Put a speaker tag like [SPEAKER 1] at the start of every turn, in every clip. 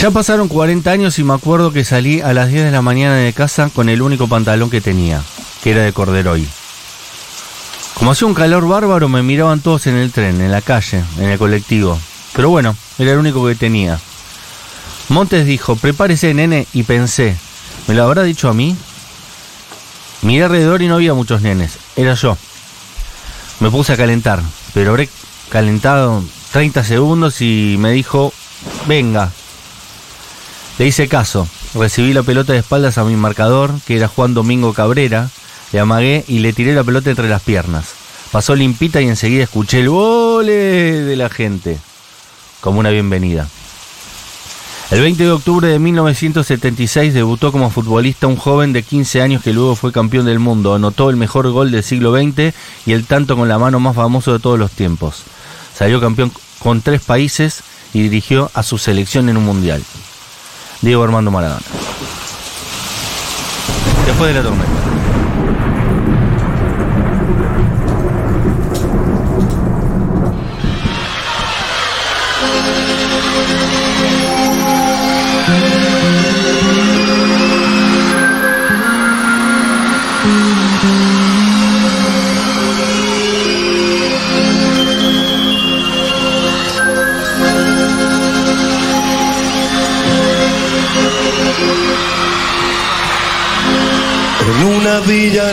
[SPEAKER 1] Ya pasaron 40 años y me acuerdo que salí a las 10 de la mañana de casa con el único pantalón que tenía, que era de corderoy. Como hacía un calor bárbaro, me miraban todos en el tren, en la calle, en el colectivo. Pero bueno, era el único que tenía. Montes dijo, prepárese, nene, y pensé, ¿me lo habrá dicho a mí? Miré alrededor y no había muchos nenes, era yo. Me puse a calentar, pero habré calentado 30 segundos y me dijo, venga. Le hice caso, recibí la pelota de espaldas a mi marcador, que era Juan Domingo Cabrera, le amagué y le tiré la pelota entre las piernas. Pasó limpita y enseguida escuché el ole de la gente, como una bienvenida. El 20 de octubre de 1976 debutó como futbolista un joven de 15 años que luego fue campeón del mundo, anotó el mejor gol del siglo XX y el tanto con la mano más famoso de todos los tiempos. Salió campeón con tres países y dirigió a su selección en un mundial. Diego Armando Maradona. Después de la tormenta.
[SPEAKER 2] En una villa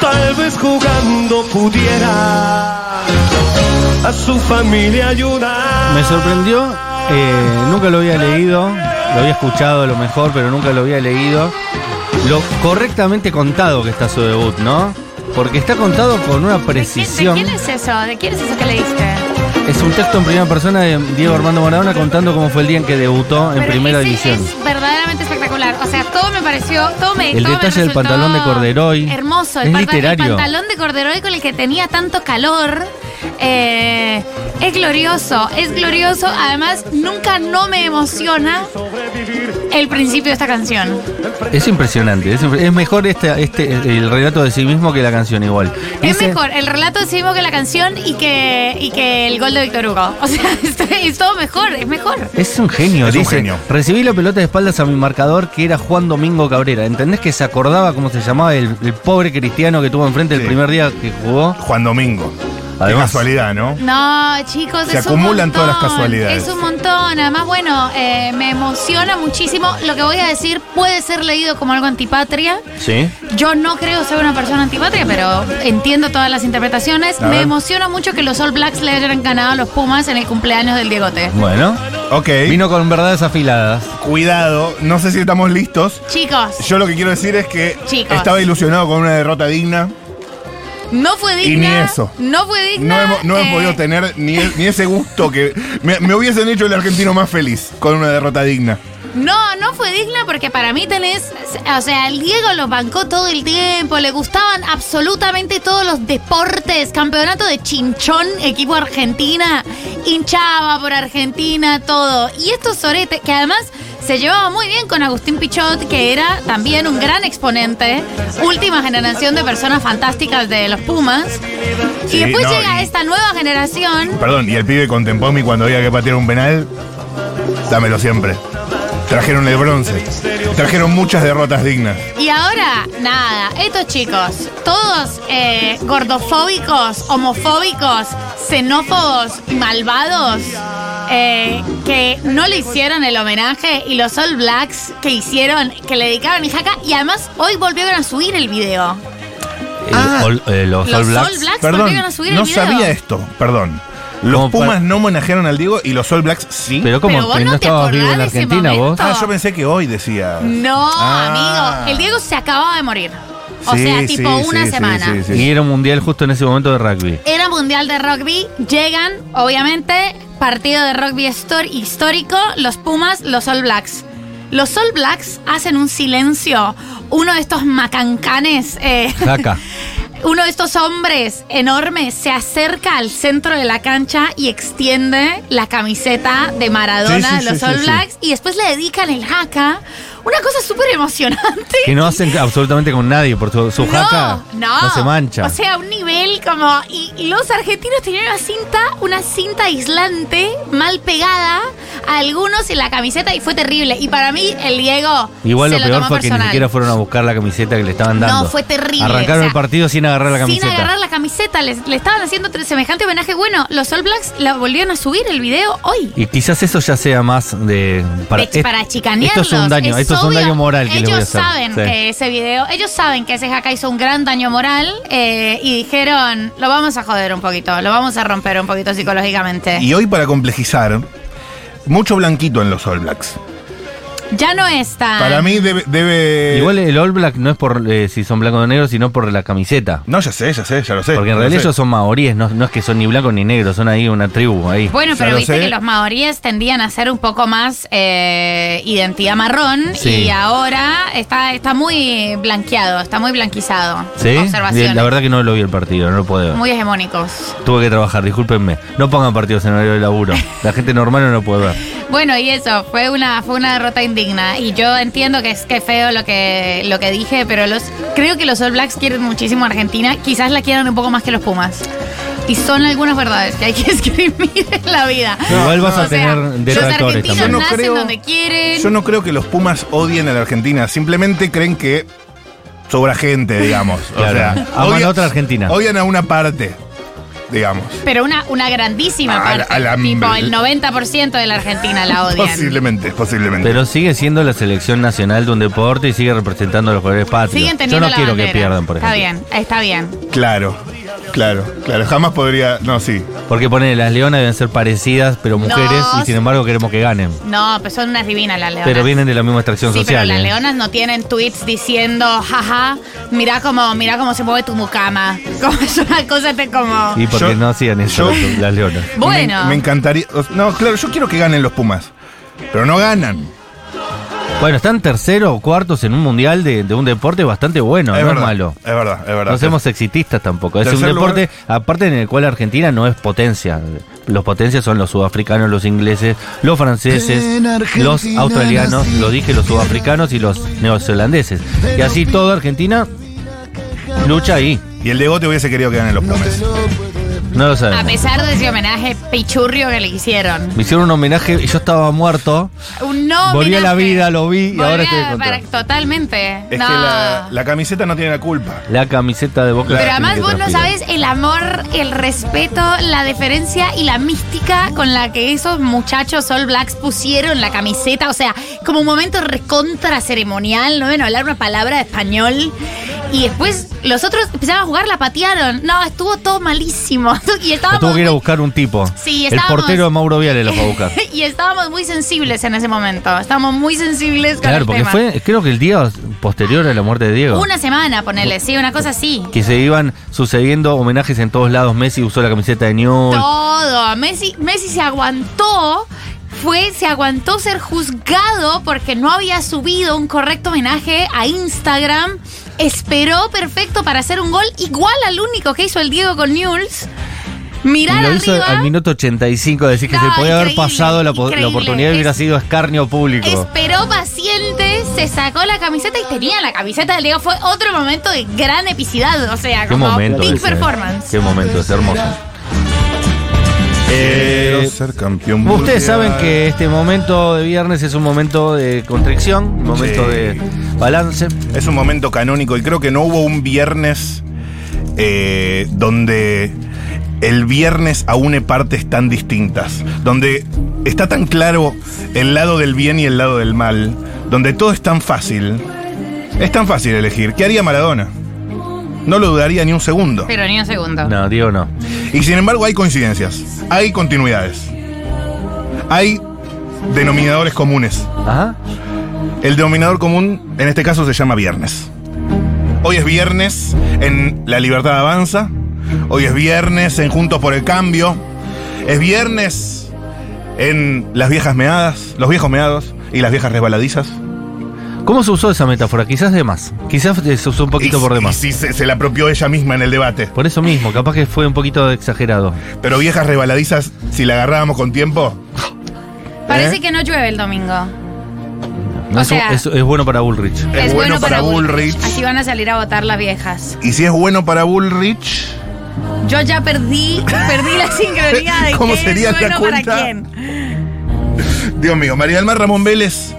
[SPEAKER 2] Tal vez jugando pudiera a su familia ayudar.
[SPEAKER 1] Me sorprendió, eh, nunca lo había leído, lo había escuchado a lo mejor, pero nunca lo había leído. Lo correctamente contado que está su debut, ¿no? Porque está contado con una
[SPEAKER 3] ¿De quién-
[SPEAKER 1] precisión.
[SPEAKER 3] ¿De quién es eso? ¿De quién es eso que leíste?
[SPEAKER 1] Es un texto en primera persona de Diego Armando Maradona contando cómo fue el día en que debutó en
[SPEAKER 3] Pero
[SPEAKER 1] primera
[SPEAKER 3] ese
[SPEAKER 1] división.
[SPEAKER 3] Es verdaderamente espectacular. O sea, todo me pareció, todo me
[SPEAKER 1] El
[SPEAKER 3] todo me
[SPEAKER 1] detalle del
[SPEAKER 3] resultó
[SPEAKER 1] pantalón de corderoy.
[SPEAKER 3] Hermoso, el,
[SPEAKER 1] Es
[SPEAKER 3] pantal-
[SPEAKER 1] literario.
[SPEAKER 3] el pantalón de corderoy con el que tenía tanto calor. eh, es glorioso, es glorioso. Además, nunca no me emociona el principio de esta canción.
[SPEAKER 1] Es impresionante. Es, impre- es mejor este, este, el relato de sí mismo que la canción igual.
[SPEAKER 3] Es
[SPEAKER 1] Dice-
[SPEAKER 3] mejor el relato de sí mismo que la canción y que, y que el gol de Víctor Hugo. O sea, es, es todo mejor, es mejor.
[SPEAKER 1] Es un genio,
[SPEAKER 4] Es un
[SPEAKER 1] dice.
[SPEAKER 4] genio.
[SPEAKER 1] Recibí la pelota de espaldas a mi marcador que era Juan Domingo Cabrera. ¿Entendés que se acordaba cómo se llamaba el, el pobre cristiano que tuvo enfrente el
[SPEAKER 4] Sí.
[SPEAKER 1] primer día que jugó?
[SPEAKER 4] Juan Domingo. Qué
[SPEAKER 1] Además.
[SPEAKER 4] casualidad, ¿no?
[SPEAKER 3] No, chicos,
[SPEAKER 4] Se
[SPEAKER 3] es
[SPEAKER 4] acumulan
[SPEAKER 3] un montón,
[SPEAKER 4] todas las casualidades.
[SPEAKER 3] Es un montón. Además, bueno, eh, me emociona muchísimo. Lo que voy a decir puede ser leído como algo antipatria.
[SPEAKER 1] Sí.
[SPEAKER 3] Yo no creo ser una persona antipatria, pero entiendo todas las interpretaciones.
[SPEAKER 4] A
[SPEAKER 3] me
[SPEAKER 4] ver.
[SPEAKER 3] emociona mucho que los All Blacks le hayan ganado a los Pumas en el cumpleaños del Diegote.
[SPEAKER 1] Bueno.
[SPEAKER 4] Ok.
[SPEAKER 1] Vino con verdades afiladas.
[SPEAKER 4] Cuidado, no sé si estamos listos.
[SPEAKER 3] Chicos,
[SPEAKER 4] Yo lo que quiero decir es que
[SPEAKER 3] Chicos.
[SPEAKER 4] estaba ilusionado con una derrota digna.
[SPEAKER 3] no fue digna.
[SPEAKER 4] Y ni eso.
[SPEAKER 3] No fue
[SPEAKER 4] No
[SPEAKER 3] digna.
[SPEAKER 4] hemos, no hemos
[SPEAKER 3] eh,
[SPEAKER 4] podido tener ni, e-, ni ese gusto que me, me hubiesen hecho el argentino más feliz con una derrota digna.
[SPEAKER 3] No, no fue digna porque para mí tenés. O sea, el Diego los bancó todo el tiempo, le gustaban absolutamente todos los deportes. Campeonato de Chinchón, equipo Argentina, hinchaba por Argentina, todo. Y estos soretes, que además se llevaba muy bien con Agustín Pichot, que era también un gran exponente, última generación de personas fantásticas de los Pumas.
[SPEAKER 4] Sí,
[SPEAKER 3] y después
[SPEAKER 4] no,
[SPEAKER 3] llega
[SPEAKER 4] y-
[SPEAKER 3] esta nueva generación.
[SPEAKER 4] Perdón, y el pibe con Tempomi cuando había que patear un penal, dámelo siempre. Trajeron el bronce. Trajeron muchas derrotas dignas.
[SPEAKER 3] Y ahora, nada, estos chicos, todos eh, gordofóbicos, homofóbicos, xenófobos y malvados, eh, que no le hicieron el homenaje y los All Blacks que hicieron, que le dedicaron el jaca, y además hoy volvieron a subir el video.
[SPEAKER 1] El
[SPEAKER 3] Ah,
[SPEAKER 1] All- eh, los, All Blacks.
[SPEAKER 4] Perdón,
[SPEAKER 3] volvieron a subir
[SPEAKER 4] no
[SPEAKER 3] el video.
[SPEAKER 4] sabía esto. Perdón.
[SPEAKER 1] Como
[SPEAKER 4] Los
[SPEAKER 1] para-
[SPEAKER 4] Pumas no homenajearon al Diego y los All Blacks sí.
[SPEAKER 1] Pero como
[SPEAKER 3] Pero vos
[SPEAKER 1] que
[SPEAKER 3] no
[SPEAKER 1] no
[SPEAKER 3] te
[SPEAKER 1] estabas vivo en la
[SPEAKER 3] acordás de ese
[SPEAKER 1] Argentina vos.
[SPEAKER 3] momento.
[SPEAKER 4] Ah, yo pensé que hoy decía.
[SPEAKER 3] No,
[SPEAKER 4] Ah.
[SPEAKER 3] amigo, el Diego se acababa de morir. O
[SPEAKER 4] Sí,
[SPEAKER 3] sea,
[SPEAKER 4] sí,
[SPEAKER 3] tipo
[SPEAKER 4] sí,
[SPEAKER 3] una
[SPEAKER 4] sí,
[SPEAKER 3] semana.
[SPEAKER 4] sí, sí.
[SPEAKER 1] Y era un mundial justo en ese momento de rugby.
[SPEAKER 3] Era mundial de rugby, llegan, obviamente, partido de rugby histor- histórico, los Pumas, los All Blacks. Los All Blacks hacen un silencio. Uno de estos macancanes. eh,
[SPEAKER 1] Acá.
[SPEAKER 3] Uno de estos hombres enormes se acerca al centro de la cancha y extiende la camiseta de Maradona
[SPEAKER 4] Sí, sí,
[SPEAKER 3] de los
[SPEAKER 4] sí,
[SPEAKER 3] All
[SPEAKER 4] sí,
[SPEAKER 3] Blacks y después le dedican el jaca. Una cosa súper emocionante.
[SPEAKER 1] Que no hacen absolutamente con nadie, por su, su jaca
[SPEAKER 3] no,
[SPEAKER 1] se mancha.
[SPEAKER 3] O sea, un nivel como. Y, y los argentinos tenían una cinta, una cinta aislante, mal pegada, a algunos en la camiseta y fue terrible. Y para mí, el Diego.
[SPEAKER 1] Igual
[SPEAKER 3] se
[SPEAKER 1] lo peor
[SPEAKER 3] tomó
[SPEAKER 1] fue que ni
[SPEAKER 3] personal.
[SPEAKER 1] siquiera fueron a buscar la camiseta que le estaban dando.
[SPEAKER 3] No, fue terrible,
[SPEAKER 1] Arrancaron
[SPEAKER 3] o sea,
[SPEAKER 1] el partido sin agarrar la camiseta.
[SPEAKER 3] Sin agarrar la camiseta, les- le estaban haciendo tre- semejante homenaje. Bueno, los All Blacks la volvieron a subir el video hoy.
[SPEAKER 1] Y quizás eso ya sea más de.
[SPEAKER 3] De- para chicanearlos.
[SPEAKER 1] Esto es un daño, esto es un
[SPEAKER 3] obvio.
[SPEAKER 1] daño moral que les
[SPEAKER 3] ellos
[SPEAKER 1] voy a hacer.
[SPEAKER 3] saben
[SPEAKER 1] Sí.
[SPEAKER 3] que ese video, ellos saben que ese jaca hizo un gran daño moral eh, y dijeron, lo vamos a joder un poquito, lo vamos a romper un poquito psicológicamente.
[SPEAKER 4] Y hoy, para complejizar, mucho blanquito en los All Blacks.
[SPEAKER 3] ya no está.
[SPEAKER 4] Para mí debe. debe-
[SPEAKER 1] Igual el All Black no es por eh, si son blancos o negros, sino por la camiseta.
[SPEAKER 4] No, ya sé, ya sé, ya lo sé.
[SPEAKER 1] Porque en
[SPEAKER 4] ya
[SPEAKER 1] realidad
[SPEAKER 4] sé.
[SPEAKER 1] ellos son maoríes, no, no es que son ni blancos ni negros, son ahí una tribu ahí.
[SPEAKER 3] Bueno,
[SPEAKER 4] Ya
[SPEAKER 3] pero
[SPEAKER 4] lo
[SPEAKER 3] viste
[SPEAKER 4] sé.
[SPEAKER 3] que los maoríes tendían a ser un poco más eh, identidad marrón
[SPEAKER 1] Sí.
[SPEAKER 3] y ahora está, está muy blanqueado, está muy blanquizado.
[SPEAKER 1] ¿Sí?
[SPEAKER 3] Observaciones.
[SPEAKER 1] La verdad que no lo vi el partido, no lo puedo ver.
[SPEAKER 3] Muy hegemónicos.
[SPEAKER 1] Tuve que trabajar, discúlpenme. No pongan partidos en horario de laburo. La gente normal no lo puede ver.
[SPEAKER 3] Bueno, y eso, fue una, fue una derrota indigna. Y yo entiendo que es que feo lo que, lo que dije, pero los creo que los All Blacks quieren muchísimo a Argentina. Quizás la quieran un poco más que los Pumas. Y son algunas verdades que hay que escribir en la vida.
[SPEAKER 1] Igual vas a
[SPEAKER 3] O sea,
[SPEAKER 1] tener
[SPEAKER 3] Los
[SPEAKER 1] detractores también.
[SPEAKER 3] argentinos
[SPEAKER 4] Yo no
[SPEAKER 3] nacen
[SPEAKER 4] creo-
[SPEAKER 3] donde quieren.
[SPEAKER 4] Yo no creo que los Pumas odien a la Argentina, simplemente creen que sobra gente, digamos.
[SPEAKER 1] Claro.
[SPEAKER 4] O sea,
[SPEAKER 1] Aman a otra Argentina.
[SPEAKER 4] Odian a una parte, digamos.
[SPEAKER 3] Pero una, una grandísima
[SPEAKER 4] Al-
[SPEAKER 3] parte.
[SPEAKER 4] al-
[SPEAKER 3] tipo, el 90% de la Argentina la odian.
[SPEAKER 4] Posiblemente, posiblemente.
[SPEAKER 1] Pero sigue siendo la selección nacional de un deporte y sigue representando a los colores patrios.
[SPEAKER 3] Siguen
[SPEAKER 1] Yo
[SPEAKER 3] teniendo
[SPEAKER 1] no
[SPEAKER 3] la
[SPEAKER 1] quiero
[SPEAKER 3] bandera.
[SPEAKER 1] que pierdan, por ejemplo.
[SPEAKER 3] Está bien, está bien.
[SPEAKER 4] Claro, claro, claro. Jamás podría. No, sí.
[SPEAKER 1] Porque ponen las leonas deben ser parecidas, pero mujeres, y
[SPEAKER 3] sí.
[SPEAKER 1] sin embargo queremos que ganen.
[SPEAKER 3] No, pues son unas divinas las leonas.
[SPEAKER 1] Pero vienen de la misma extracción
[SPEAKER 3] Sí,
[SPEAKER 1] social.
[SPEAKER 3] pero las
[SPEAKER 1] ¿eh?
[SPEAKER 3] leonas no tienen tweets diciendo, jaja, mira cómo, mira cómo se mueve tu mucama. Como es una cosa te como...
[SPEAKER 1] Y porque
[SPEAKER 4] Yo-
[SPEAKER 1] no hacían eso
[SPEAKER 4] yo-
[SPEAKER 1] las- las leonas.
[SPEAKER 3] Bueno,
[SPEAKER 4] Me, me encantaría. o- No, claro, yo quiero que ganen los Pumas. Pero no ganan.
[SPEAKER 1] Bueno, están tercero o cuartos en un mundial de, de un deporte bastante bueno,
[SPEAKER 4] es
[SPEAKER 1] no
[SPEAKER 4] verdad,
[SPEAKER 1] es malo.
[SPEAKER 4] Es verdad, es verdad.
[SPEAKER 1] No somos exitistas tampoco. Es un
[SPEAKER 4] Tercer
[SPEAKER 1] deporte, aparte en el cual Argentina no es potencia. Los potencias son los sudafricanos, los ingleses, los franceses,
[SPEAKER 5] En Argentina
[SPEAKER 1] los australianos,
[SPEAKER 5] nací.
[SPEAKER 1] lo dije, los sudafricanos y los neozelandeses. Y así toda Argentina lucha ahí.
[SPEAKER 4] Y el de Gote hubiese querido que ganen los Pumas.
[SPEAKER 1] No lo
[SPEAKER 3] a
[SPEAKER 1] sabemos.
[SPEAKER 3] pesar de ese homenaje pichurrio que le hicieron.
[SPEAKER 1] Me hicieron un homenaje y yo estaba muerto.
[SPEAKER 3] Un no
[SPEAKER 1] Volví a la
[SPEAKER 3] homenaje.
[SPEAKER 1] vida, lo vi y
[SPEAKER 3] Volví
[SPEAKER 1] ahora estoy
[SPEAKER 3] a-
[SPEAKER 1] contra.
[SPEAKER 3] para- Totalmente.
[SPEAKER 4] Es
[SPEAKER 3] no.
[SPEAKER 4] que la, la camiseta no tiene la culpa.
[SPEAKER 1] La camiseta de Boca.
[SPEAKER 3] Pero
[SPEAKER 1] tiene
[SPEAKER 3] además
[SPEAKER 1] que
[SPEAKER 3] vos no
[SPEAKER 1] transpirar.
[SPEAKER 3] sabés el amor, el respeto, la deferencia y la mística con la que esos muchachos All Blacks pusieron la camiseta. O sea, como un momento recontra ceremonial, no ven a hablar una palabra de español. Y después los otros empezaron a jugar, la patearon. No, estuvo todo malísimo. Y
[SPEAKER 1] La
[SPEAKER 3] estábamos.
[SPEAKER 1] tuvo que ir a
[SPEAKER 3] muy-
[SPEAKER 1] buscar un tipo.
[SPEAKER 3] Sí,
[SPEAKER 1] el
[SPEAKER 3] estábamos-
[SPEAKER 1] portero de Mauro Viale lo fue a buscar.
[SPEAKER 3] y estábamos muy sensibles en ese momento. Estábamos muy sensibles con
[SPEAKER 1] Claro,
[SPEAKER 3] el
[SPEAKER 1] porque
[SPEAKER 3] tema.
[SPEAKER 1] fue, creo que el día posterior a la muerte de Diego.
[SPEAKER 3] Una semana, ponele, sí, una cosa así.
[SPEAKER 1] que se iban sucediendo homenajes en todos lados. Messi usó la camiseta de Newell.
[SPEAKER 3] todo. Messi, Messi se aguantó. Fue, se aguantó ser juzgado porque no había subido un correcto homenaje a Instagram. Esperó perfecto para hacer un gol igual al único que hizo el Diego con Newell's.
[SPEAKER 1] Y
[SPEAKER 3] Mirar
[SPEAKER 1] lo hizo
[SPEAKER 3] arriba.
[SPEAKER 1] al minuto 85, decir que
[SPEAKER 3] No,
[SPEAKER 1] se podía haber
[SPEAKER 3] increíble,
[SPEAKER 1] pasado la, po- la
[SPEAKER 3] increíble.
[SPEAKER 1] oportunidad y hubiera
[SPEAKER 3] Es-
[SPEAKER 1] sido escarnio público.
[SPEAKER 3] Esperó paciente, se sacó la camiseta y tenía la camiseta del Diego. Fue otro momento de gran epicidad, o sea,
[SPEAKER 1] Qué
[SPEAKER 3] como
[SPEAKER 1] momento.
[SPEAKER 3] big
[SPEAKER 1] ese, eh.
[SPEAKER 3] performance.
[SPEAKER 1] Qué momento, es hermoso.
[SPEAKER 4] Quiero
[SPEAKER 1] Eh,
[SPEAKER 4] ser campeón mundial.
[SPEAKER 1] ustedes saben que este momento de viernes es un momento de constricción, un momento
[SPEAKER 4] Sí.
[SPEAKER 1] de balance.
[SPEAKER 4] Es un momento canónico y creo que no hubo un viernes eh, donde el viernes aúne partes tan distintas, donde está tan claro el lado del bien y el lado del mal, donde todo es tan fácil, es tan fácil elegir. ¿Qué haría Maradona? No lo dudaría ni un segundo.
[SPEAKER 3] Pero ni un segundo.
[SPEAKER 1] No, Diego no.
[SPEAKER 4] Y sin embargo hay coincidencias, hay continuidades, hay denominadores comunes.
[SPEAKER 1] Ajá.
[SPEAKER 4] El denominador común en este caso se llama viernes. Hoy es viernes en La Libertad Avanza. Hoy es viernes en Juntos por el Cambio. Es viernes en Las Viejas Meadas, los viejos meados y las viejas resbaladizas.
[SPEAKER 1] ¿Cómo se usó esa metáfora? Quizás de más. Quizás se usó un poquito
[SPEAKER 4] Y-
[SPEAKER 1] por demás.
[SPEAKER 4] Y sí, se, se la apropió ella misma en el debate.
[SPEAKER 1] Por eso mismo, capaz que fue un poquito exagerado.
[SPEAKER 4] Pero viejas rebaladizas, si la agarrábamos con tiempo.
[SPEAKER 3] Parece
[SPEAKER 4] ¿eh?
[SPEAKER 3] que no llueve el domingo.
[SPEAKER 1] No,
[SPEAKER 3] O
[SPEAKER 1] es,
[SPEAKER 3] sea-
[SPEAKER 1] es- es bueno para Bullrich.
[SPEAKER 4] Es bueno para Bullrich.
[SPEAKER 3] Así van a salir a votar las viejas.
[SPEAKER 4] Y si es bueno para Bullrich,
[SPEAKER 3] Yo ya perdí, perdí la sincronía de
[SPEAKER 4] ¿Cómo
[SPEAKER 3] qué
[SPEAKER 4] sería
[SPEAKER 3] es bueno
[SPEAKER 4] la cuenta?
[SPEAKER 3] para quién.
[SPEAKER 4] Dios mío, María del Mar Ramón Vélez,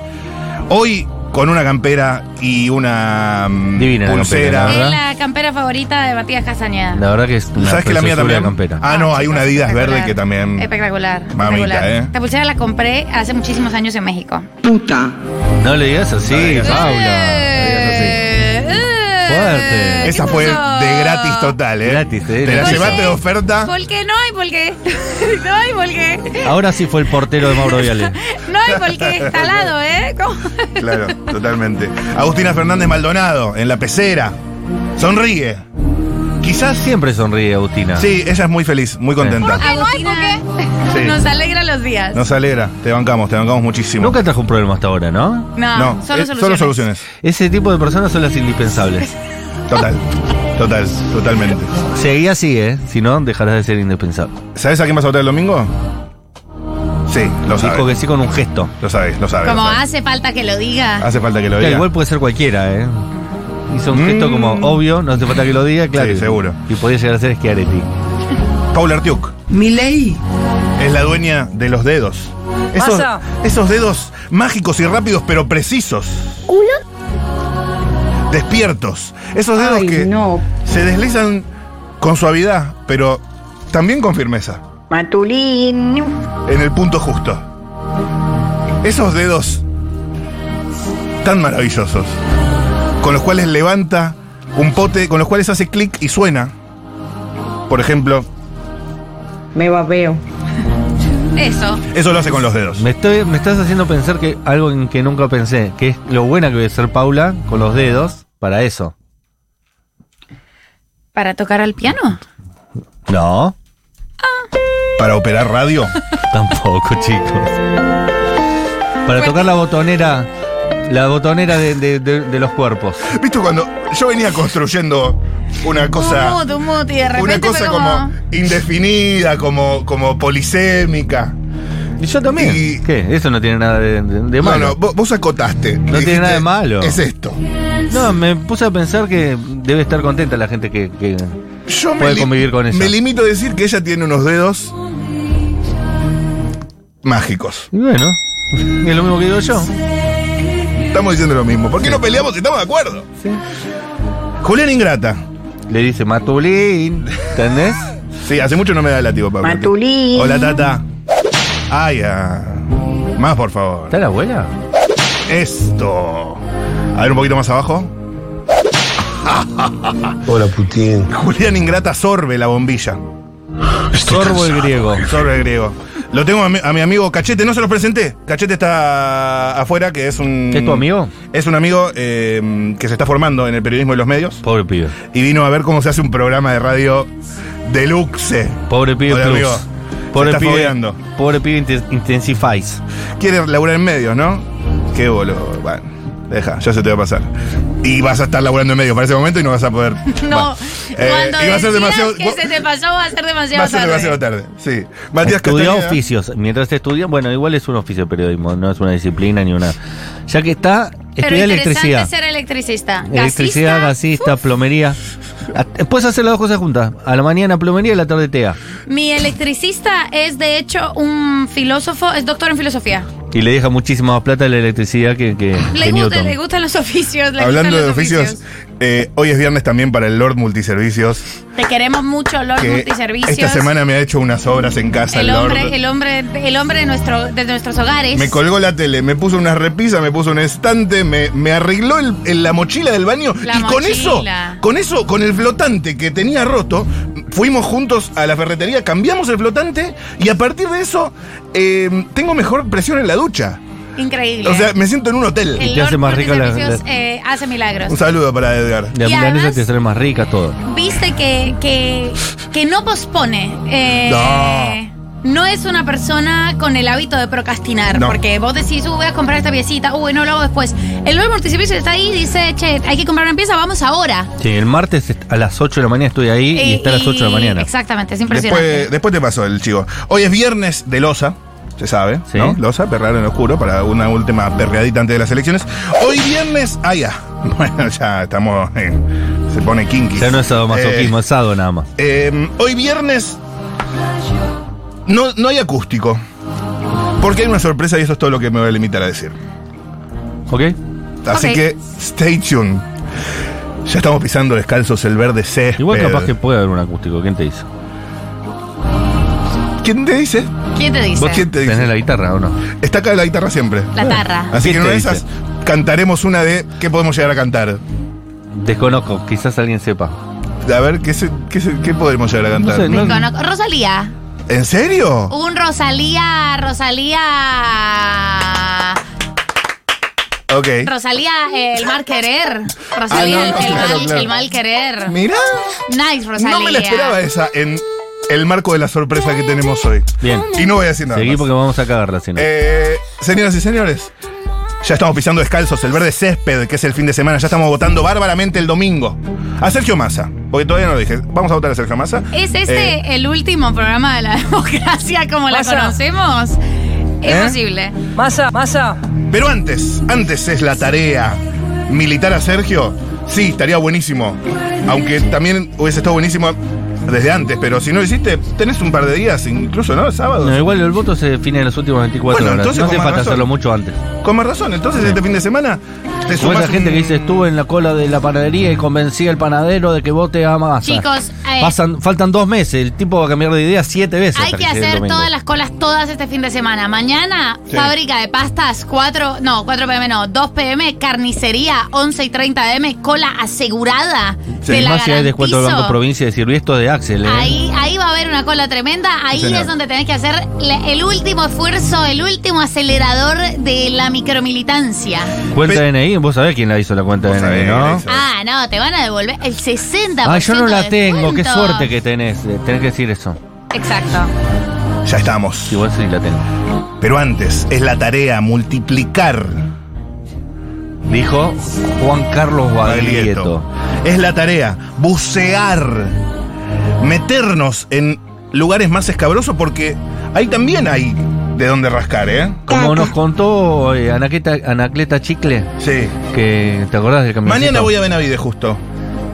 [SPEAKER 4] hoy con una campera y una mm,
[SPEAKER 1] Divina la
[SPEAKER 4] pulsera.
[SPEAKER 1] campera,
[SPEAKER 3] Es
[SPEAKER 1] ¿Verdad?
[SPEAKER 3] la campera favorita de Matías Castañeda.
[SPEAKER 1] La verdad que es una
[SPEAKER 4] ¿Sabes que la mía
[SPEAKER 1] preciosura de
[SPEAKER 4] también?
[SPEAKER 1] campera.
[SPEAKER 4] Ah, no, hay una Adidas
[SPEAKER 3] Espectacular.
[SPEAKER 4] verde que también.
[SPEAKER 3] Espectacular.
[SPEAKER 4] Mamita,
[SPEAKER 3] espectacular.
[SPEAKER 4] ¿eh?
[SPEAKER 3] Esta pulsera la compré hace muchísimos años en México.
[SPEAKER 5] puta.
[SPEAKER 4] Ah.
[SPEAKER 1] No le digas así,
[SPEAKER 4] No le digas así.
[SPEAKER 1] Paula. No le digas así.
[SPEAKER 3] Eh, eh,
[SPEAKER 1] Fuerte.
[SPEAKER 3] ¿qué
[SPEAKER 4] Esa fue
[SPEAKER 3] pasó?
[SPEAKER 4] de gratis total, ¿eh?
[SPEAKER 1] Gratis, eh,
[SPEAKER 4] Te la
[SPEAKER 1] gratis.
[SPEAKER 4] llevaste de oferta.
[SPEAKER 3] ¿Por qué no hay por qué? No hay por qué.
[SPEAKER 1] Ahora sí fue el portero de Mauro Viale.
[SPEAKER 3] No hay por qué. Está al lado, ¿eh? ¿Cómo?
[SPEAKER 4] Claro, totalmente. Agustina Fernández Maldonado, en la pecera. Sonríe. Quizás
[SPEAKER 1] Siempre sonríe Agustina.
[SPEAKER 4] Sí, ella es muy feliz, muy contenta.
[SPEAKER 3] Porque no hay por qué.
[SPEAKER 4] Sí.
[SPEAKER 3] Nos alegra los días.
[SPEAKER 4] Nos alegra, te bancamos, te bancamos muchísimo.
[SPEAKER 1] Nunca trajo un problema hasta ahora, ¿no?
[SPEAKER 3] No,
[SPEAKER 4] no,
[SPEAKER 3] Ah, solo,
[SPEAKER 4] eh,
[SPEAKER 3] soluciones.
[SPEAKER 4] solo soluciones.
[SPEAKER 1] Ese tipo de personas son las indispensables.
[SPEAKER 4] Total, total, totalmente.
[SPEAKER 1] Seguí así, ¿eh? Si no, dejarás de ser indispensable.
[SPEAKER 4] ¿Sabes a quién vas a votar el domingo? Sí, lo
[SPEAKER 1] Dijo que
[SPEAKER 4] sabes.
[SPEAKER 1] sí con un gesto.
[SPEAKER 4] Lo sabes, lo sabes.
[SPEAKER 3] Como
[SPEAKER 4] lo sabes.
[SPEAKER 3] hace falta que lo diga.
[SPEAKER 4] Hace falta que lo
[SPEAKER 1] Claro,
[SPEAKER 4] diga.
[SPEAKER 1] igual puede ser cualquiera, ¿eh? Hizo un
[SPEAKER 4] Mm.
[SPEAKER 1] gesto como obvio, no hace falta que lo diga, claro.
[SPEAKER 4] Sí, seguro.
[SPEAKER 1] Y podía llegar a ser Schiaretti.
[SPEAKER 4] Paula Artiuk
[SPEAKER 5] Milei.
[SPEAKER 4] es la dueña de los dedos. Esos,
[SPEAKER 5] Pasa.
[SPEAKER 4] esos dedos mágicos y rápidos, pero precisos. Despiertos. Esos dedos
[SPEAKER 6] Ay,
[SPEAKER 4] que
[SPEAKER 6] no.
[SPEAKER 4] se deslizan con suavidad, pero también con firmeza.
[SPEAKER 6] Matulín.
[SPEAKER 4] en el punto justo. Esos dedos tan maravillosos, con los cuales levanta un pote, con los cuales hace clic y suena. Por ejemplo,
[SPEAKER 6] Me babeo.
[SPEAKER 3] Eso.
[SPEAKER 4] eso lo hace con los dedos.
[SPEAKER 1] Me, estoy, me estás haciendo pensar que algo en que nunca pensé, que es lo buena que debe ser Paula con los dedos para eso.
[SPEAKER 3] Para tocar al piano.
[SPEAKER 1] No,
[SPEAKER 4] Para operar radio,
[SPEAKER 1] tampoco, chicos. Para tocar la botonera, la botonera de, de- de- de los cuerpos.
[SPEAKER 4] ¿viste cuando yo venía construyendo una cosa,
[SPEAKER 3] un mut, un mut, y de repente
[SPEAKER 4] una cosa
[SPEAKER 3] fue
[SPEAKER 4] como indefinida, como, como polisémica?
[SPEAKER 1] Y yo también.
[SPEAKER 4] Y-
[SPEAKER 1] ¿Qué? Eso no tiene nada de, de- de
[SPEAKER 4] No, no,
[SPEAKER 1] malo.
[SPEAKER 4] vos, vos acotaste. No
[SPEAKER 1] tiene nada de malo.
[SPEAKER 4] Es esto.
[SPEAKER 1] No, me puse a pensar que debe estar contenta la gente que... que-
[SPEAKER 4] Yo
[SPEAKER 1] Puede
[SPEAKER 4] li-
[SPEAKER 1] convivir con eso.
[SPEAKER 4] Me limito a decir que ella tiene unos dedos mágicos.
[SPEAKER 1] Y bueno, es lo mismo que digo yo.
[SPEAKER 4] Estamos diciendo lo mismo. ¿Por qué no peleamos si estamos de acuerdo? Julián Ingrata.
[SPEAKER 1] Le dice Matulín, ¿entendés?
[SPEAKER 4] Sí, hace mucho no me da el látigo, Pablo.
[SPEAKER 6] Matulín.
[SPEAKER 4] Hola, Tata. Ay, ah. Más, por favor.
[SPEAKER 1] ¿Está la abuela?
[SPEAKER 4] Esto. A ver, un poquito más abajo.
[SPEAKER 7] Hola Putin.
[SPEAKER 4] Julián Ingrata sorbe la bombilla.
[SPEAKER 1] Sorbo el griego.
[SPEAKER 4] Sorbe griego. Lo tengo a mi, a mi amigo Cachete, no se los presenté. Cachete está afuera, que es un.
[SPEAKER 1] ¿Es tu amigo?
[SPEAKER 4] Es un amigo eh, que se está formando en el periodismo y los medios.
[SPEAKER 1] Pobre pibe.
[SPEAKER 4] Y vino a ver cómo se hace un programa de radio deluxe.
[SPEAKER 1] Pobre pibe
[SPEAKER 4] Hola,
[SPEAKER 1] plus.
[SPEAKER 4] amigo.
[SPEAKER 1] Pobre
[SPEAKER 4] Se está
[SPEAKER 1] pibe.
[SPEAKER 4] fogueando.
[SPEAKER 1] Pobre pibe inten- intensifies.
[SPEAKER 4] Quieres laburar en medios, ¿no? Qué boludo. Bueno, deja, ya se te va a pasar. Y vas a estar laburando en medios para ese momento y no vas a poder.
[SPEAKER 3] como.
[SPEAKER 4] Bueno,
[SPEAKER 3] No,
[SPEAKER 4] eh,
[SPEAKER 3] cuando
[SPEAKER 4] y va a ser
[SPEAKER 3] decidas
[SPEAKER 4] demasiado.
[SPEAKER 3] que se te pasó va a ser demasiado
[SPEAKER 4] va a ser
[SPEAKER 3] tarde.
[SPEAKER 4] demasiado tarde. Sí. Matías
[SPEAKER 1] Estudió
[SPEAKER 4] Castañeda.
[SPEAKER 1] oficios. Mientras estudia, bueno, igual es un oficio de periodismo, no es una disciplina ni una. Ya que está,
[SPEAKER 3] Pero
[SPEAKER 1] estudia electricidad.
[SPEAKER 3] interesante ser electricista.
[SPEAKER 1] Electricidad, gasista, plomería. A- Puedes hacer las dos cosas juntas. A la mañana plomería y a la tarde TEA.
[SPEAKER 3] Uf. Mi electricista es de hecho un filósofo, es doctor en filosofía.
[SPEAKER 1] Y le deja muchísima más plata a la electricidad que, que,
[SPEAKER 3] Le,
[SPEAKER 1] que
[SPEAKER 3] gusta,
[SPEAKER 1] Newton.
[SPEAKER 3] le gustan los oficios. le
[SPEAKER 4] Hablando
[SPEAKER 3] gustan
[SPEAKER 4] de
[SPEAKER 3] los
[SPEAKER 4] oficios, eh, hoy es viernes también para el Lord Multiservicios.
[SPEAKER 3] Te queremos mucho, Lord
[SPEAKER 4] Que
[SPEAKER 3] Multiservicios.
[SPEAKER 4] esta semana me ha hecho unas obras en casa el,
[SPEAKER 3] el
[SPEAKER 4] Lord.
[SPEAKER 3] hombre, el hombre, el hombre de nuestro, de nuestros hogares.
[SPEAKER 4] Me colgó la tele, me puso una repisa, me puso un estante, me, me arregló el- el- la mochila del baño
[SPEAKER 3] La
[SPEAKER 4] y con eso,
[SPEAKER 3] mochila.
[SPEAKER 4] con eso, con el flotante que tenía roto, fuimos juntos a la ferretería, cambiamos el flotante y a partir de eso eh, tengo mejor presión en la ducha.
[SPEAKER 3] Increíble.
[SPEAKER 4] O sea, me siento en un hotel.
[SPEAKER 1] Y
[SPEAKER 3] el
[SPEAKER 1] te
[SPEAKER 3] Lord
[SPEAKER 1] hace más rica la-
[SPEAKER 3] Multiservicios,
[SPEAKER 1] la-
[SPEAKER 3] eh, hace milagros.
[SPEAKER 4] Un saludo para Edgar.
[SPEAKER 1] La
[SPEAKER 3] Y
[SPEAKER 1] milanesa
[SPEAKER 3] además-
[SPEAKER 1] te sale más rica todo.
[SPEAKER 3] Viste que, que, que no pospone. eh,
[SPEAKER 4] No.
[SPEAKER 3] no es una persona con el hábito de procrastinar.
[SPEAKER 4] No.
[SPEAKER 3] Porque vos decís, "Uh, voy a comprar esta piecita, uy, no lo hago después. El nuevo multiservicio está ahí y dice, che, hay que comprar una pieza, vamos ahora.
[SPEAKER 1] Sí, el martes est- a las 8 de la mañana estoy ahí y,
[SPEAKER 3] Eh,
[SPEAKER 1] está a las 8 de la mañana.
[SPEAKER 3] Exactamente, es impresionante.
[SPEAKER 4] Después, después te pasó el chivo. Hoy es viernes de Loza. Se sabe,
[SPEAKER 1] Sí.
[SPEAKER 4] ¿no? Loza, perrar en oscuro para una última perreadita antes de las elecciones. Hoy viernes. Ah, ya. Bueno, ya estamos. eh, se pone kinky.
[SPEAKER 1] Ya no es sadomasoquismo,
[SPEAKER 4] Eh,
[SPEAKER 1] es sado nada más.
[SPEAKER 4] eh, hoy viernes. No, no hay acústico. Porque hay una sorpresa y eso es todo lo que me voy a limitar a decir.
[SPEAKER 1] ¿Ok?
[SPEAKER 4] Así
[SPEAKER 3] Ok.
[SPEAKER 4] que, stay tuned. Ya estamos pisando descalzos el verde C.
[SPEAKER 1] Igual capaz que puede haber un acústico, ¿quién te dice?
[SPEAKER 4] ¿Quién te dice?
[SPEAKER 3] ¿Quién te dice?
[SPEAKER 4] ¿Vos quién te dice?
[SPEAKER 1] ¿Tenés la guitarra o no?
[SPEAKER 4] Está acá la guitarra siempre.
[SPEAKER 3] La tarra.
[SPEAKER 4] Así que en
[SPEAKER 1] ¿Qué
[SPEAKER 4] una de
[SPEAKER 1] te
[SPEAKER 4] esas cantaremos una de qué podemos llegar a cantar.
[SPEAKER 1] Desconozco, quizás alguien sepa.
[SPEAKER 4] A ver, ¿qué, se- qué, se- qué podremos llegar a cantar?
[SPEAKER 1] sé, no-
[SPEAKER 3] Conozco- Rosalía.
[SPEAKER 4] ¿En serio?
[SPEAKER 3] Un Rosalía, Rosalía. Uh.
[SPEAKER 4] Ok.
[SPEAKER 3] Rosalía, el mal querer. Rosalía,
[SPEAKER 4] Ah, no, no,
[SPEAKER 3] el, el
[SPEAKER 4] claro,
[SPEAKER 3] mal,
[SPEAKER 4] claro.
[SPEAKER 3] el mal querer.
[SPEAKER 4] Mirá,
[SPEAKER 3] Nice, Rosalía.
[SPEAKER 4] no me la esperaba esa en el marco de la sorpresa que tenemos hoy.
[SPEAKER 1] Bien,
[SPEAKER 4] Y no voy a decir nada
[SPEAKER 1] seguí
[SPEAKER 4] más.
[SPEAKER 1] porque vamos a cagarla, si no.
[SPEAKER 4] Eh, señoras y señores, ya estamos pisando descalzos el verde césped, que es el fin de semana. Ya estamos votando bárbaramente el domingo. A Sergio Massa, porque todavía no lo dije. Vamos a votar a Sergio Massa.
[SPEAKER 3] ¿Es este
[SPEAKER 4] Eh,
[SPEAKER 3] el último programa de la democracia como la
[SPEAKER 5] Pasa.
[SPEAKER 3] conocemos? Es
[SPEAKER 4] ¿Eh?
[SPEAKER 3] posible.
[SPEAKER 5] Masa, masa.
[SPEAKER 4] Pero antes, antes es la tarea militar a Sergio. Sí, estaría buenísimo. Aunque también hubiese estado buenísimo desde antes, pero si no lo hiciste, tenés un par de días, incluso, ¿no? Sábados.
[SPEAKER 1] No, igual el voto se define en las últimas 24
[SPEAKER 4] Bueno,
[SPEAKER 1] horas.
[SPEAKER 4] entonces
[SPEAKER 1] No hace
[SPEAKER 4] con
[SPEAKER 1] falta
[SPEAKER 4] más razón.
[SPEAKER 1] hacerlo mucho antes.
[SPEAKER 4] Con más razón, entonces este fin de semana te
[SPEAKER 1] Como
[SPEAKER 4] sumás
[SPEAKER 1] esa gente
[SPEAKER 4] un-
[SPEAKER 1] que dice, estuve en la cola de la panadería y convencí al panadero de que vote a Massa.
[SPEAKER 3] Chicos, eh,
[SPEAKER 1] Pasan, faltan dos meses, el tipo va a cambiar de idea siete veces.
[SPEAKER 3] Hay
[SPEAKER 1] hasta
[SPEAKER 3] que
[SPEAKER 1] llegue el
[SPEAKER 3] hacer
[SPEAKER 1] domingo.
[SPEAKER 3] todas las colas todas este fin de semana. Mañana,
[SPEAKER 4] Sí.
[SPEAKER 3] fábrica de pastas, 4, no, 4 pm no, 2 pm, carnicería, 11 y 30 am, cola asegurada.
[SPEAKER 4] Sí,
[SPEAKER 3] te
[SPEAKER 1] Y
[SPEAKER 3] la
[SPEAKER 1] más si hay descuento del Banco
[SPEAKER 3] garantizo.
[SPEAKER 1] Provincia de Sirvi, esto de Axel. ¿eh?
[SPEAKER 3] Ahí, ahí va a haber una cola tremenda, ahí
[SPEAKER 4] señor.
[SPEAKER 3] es donde tenés que hacer la- el último esfuerzo, el último acelerador de la micromilitancia.
[SPEAKER 1] Cuenta
[SPEAKER 4] Pe-
[SPEAKER 1] DNI, vos sabés quién la hizo la cuenta
[SPEAKER 4] Vos
[SPEAKER 1] DNI,
[SPEAKER 4] sabés, la
[SPEAKER 1] ¿no?
[SPEAKER 4] hizo.
[SPEAKER 3] Ah, no, te van a devolver el 60%.
[SPEAKER 1] Ah, yo no la
[SPEAKER 3] de
[SPEAKER 1] tengo, qué
[SPEAKER 3] descuento.
[SPEAKER 1] suerte que tenés. eh, Tenés que decir eso.
[SPEAKER 3] Exacto.
[SPEAKER 4] Ya estamos.
[SPEAKER 1] Igual sí la tengo.
[SPEAKER 4] Pero antes es la tarea multiplicar
[SPEAKER 1] Dijo Juan Carlos
[SPEAKER 4] Baglietto.
[SPEAKER 1] Baglietto.
[SPEAKER 4] Es la tarea bucear, meternos en lugares más escabrosos porque ahí también hay de dónde rascar, ¿eh?
[SPEAKER 1] Como nos contó eh, Anaqueta, Anacleta Chicle,
[SPEAKER 4] Sí.
[SPEAKER 1] que te acordás del camioncito.
[SPEAKER 4] Mañana voy a Benavides justo,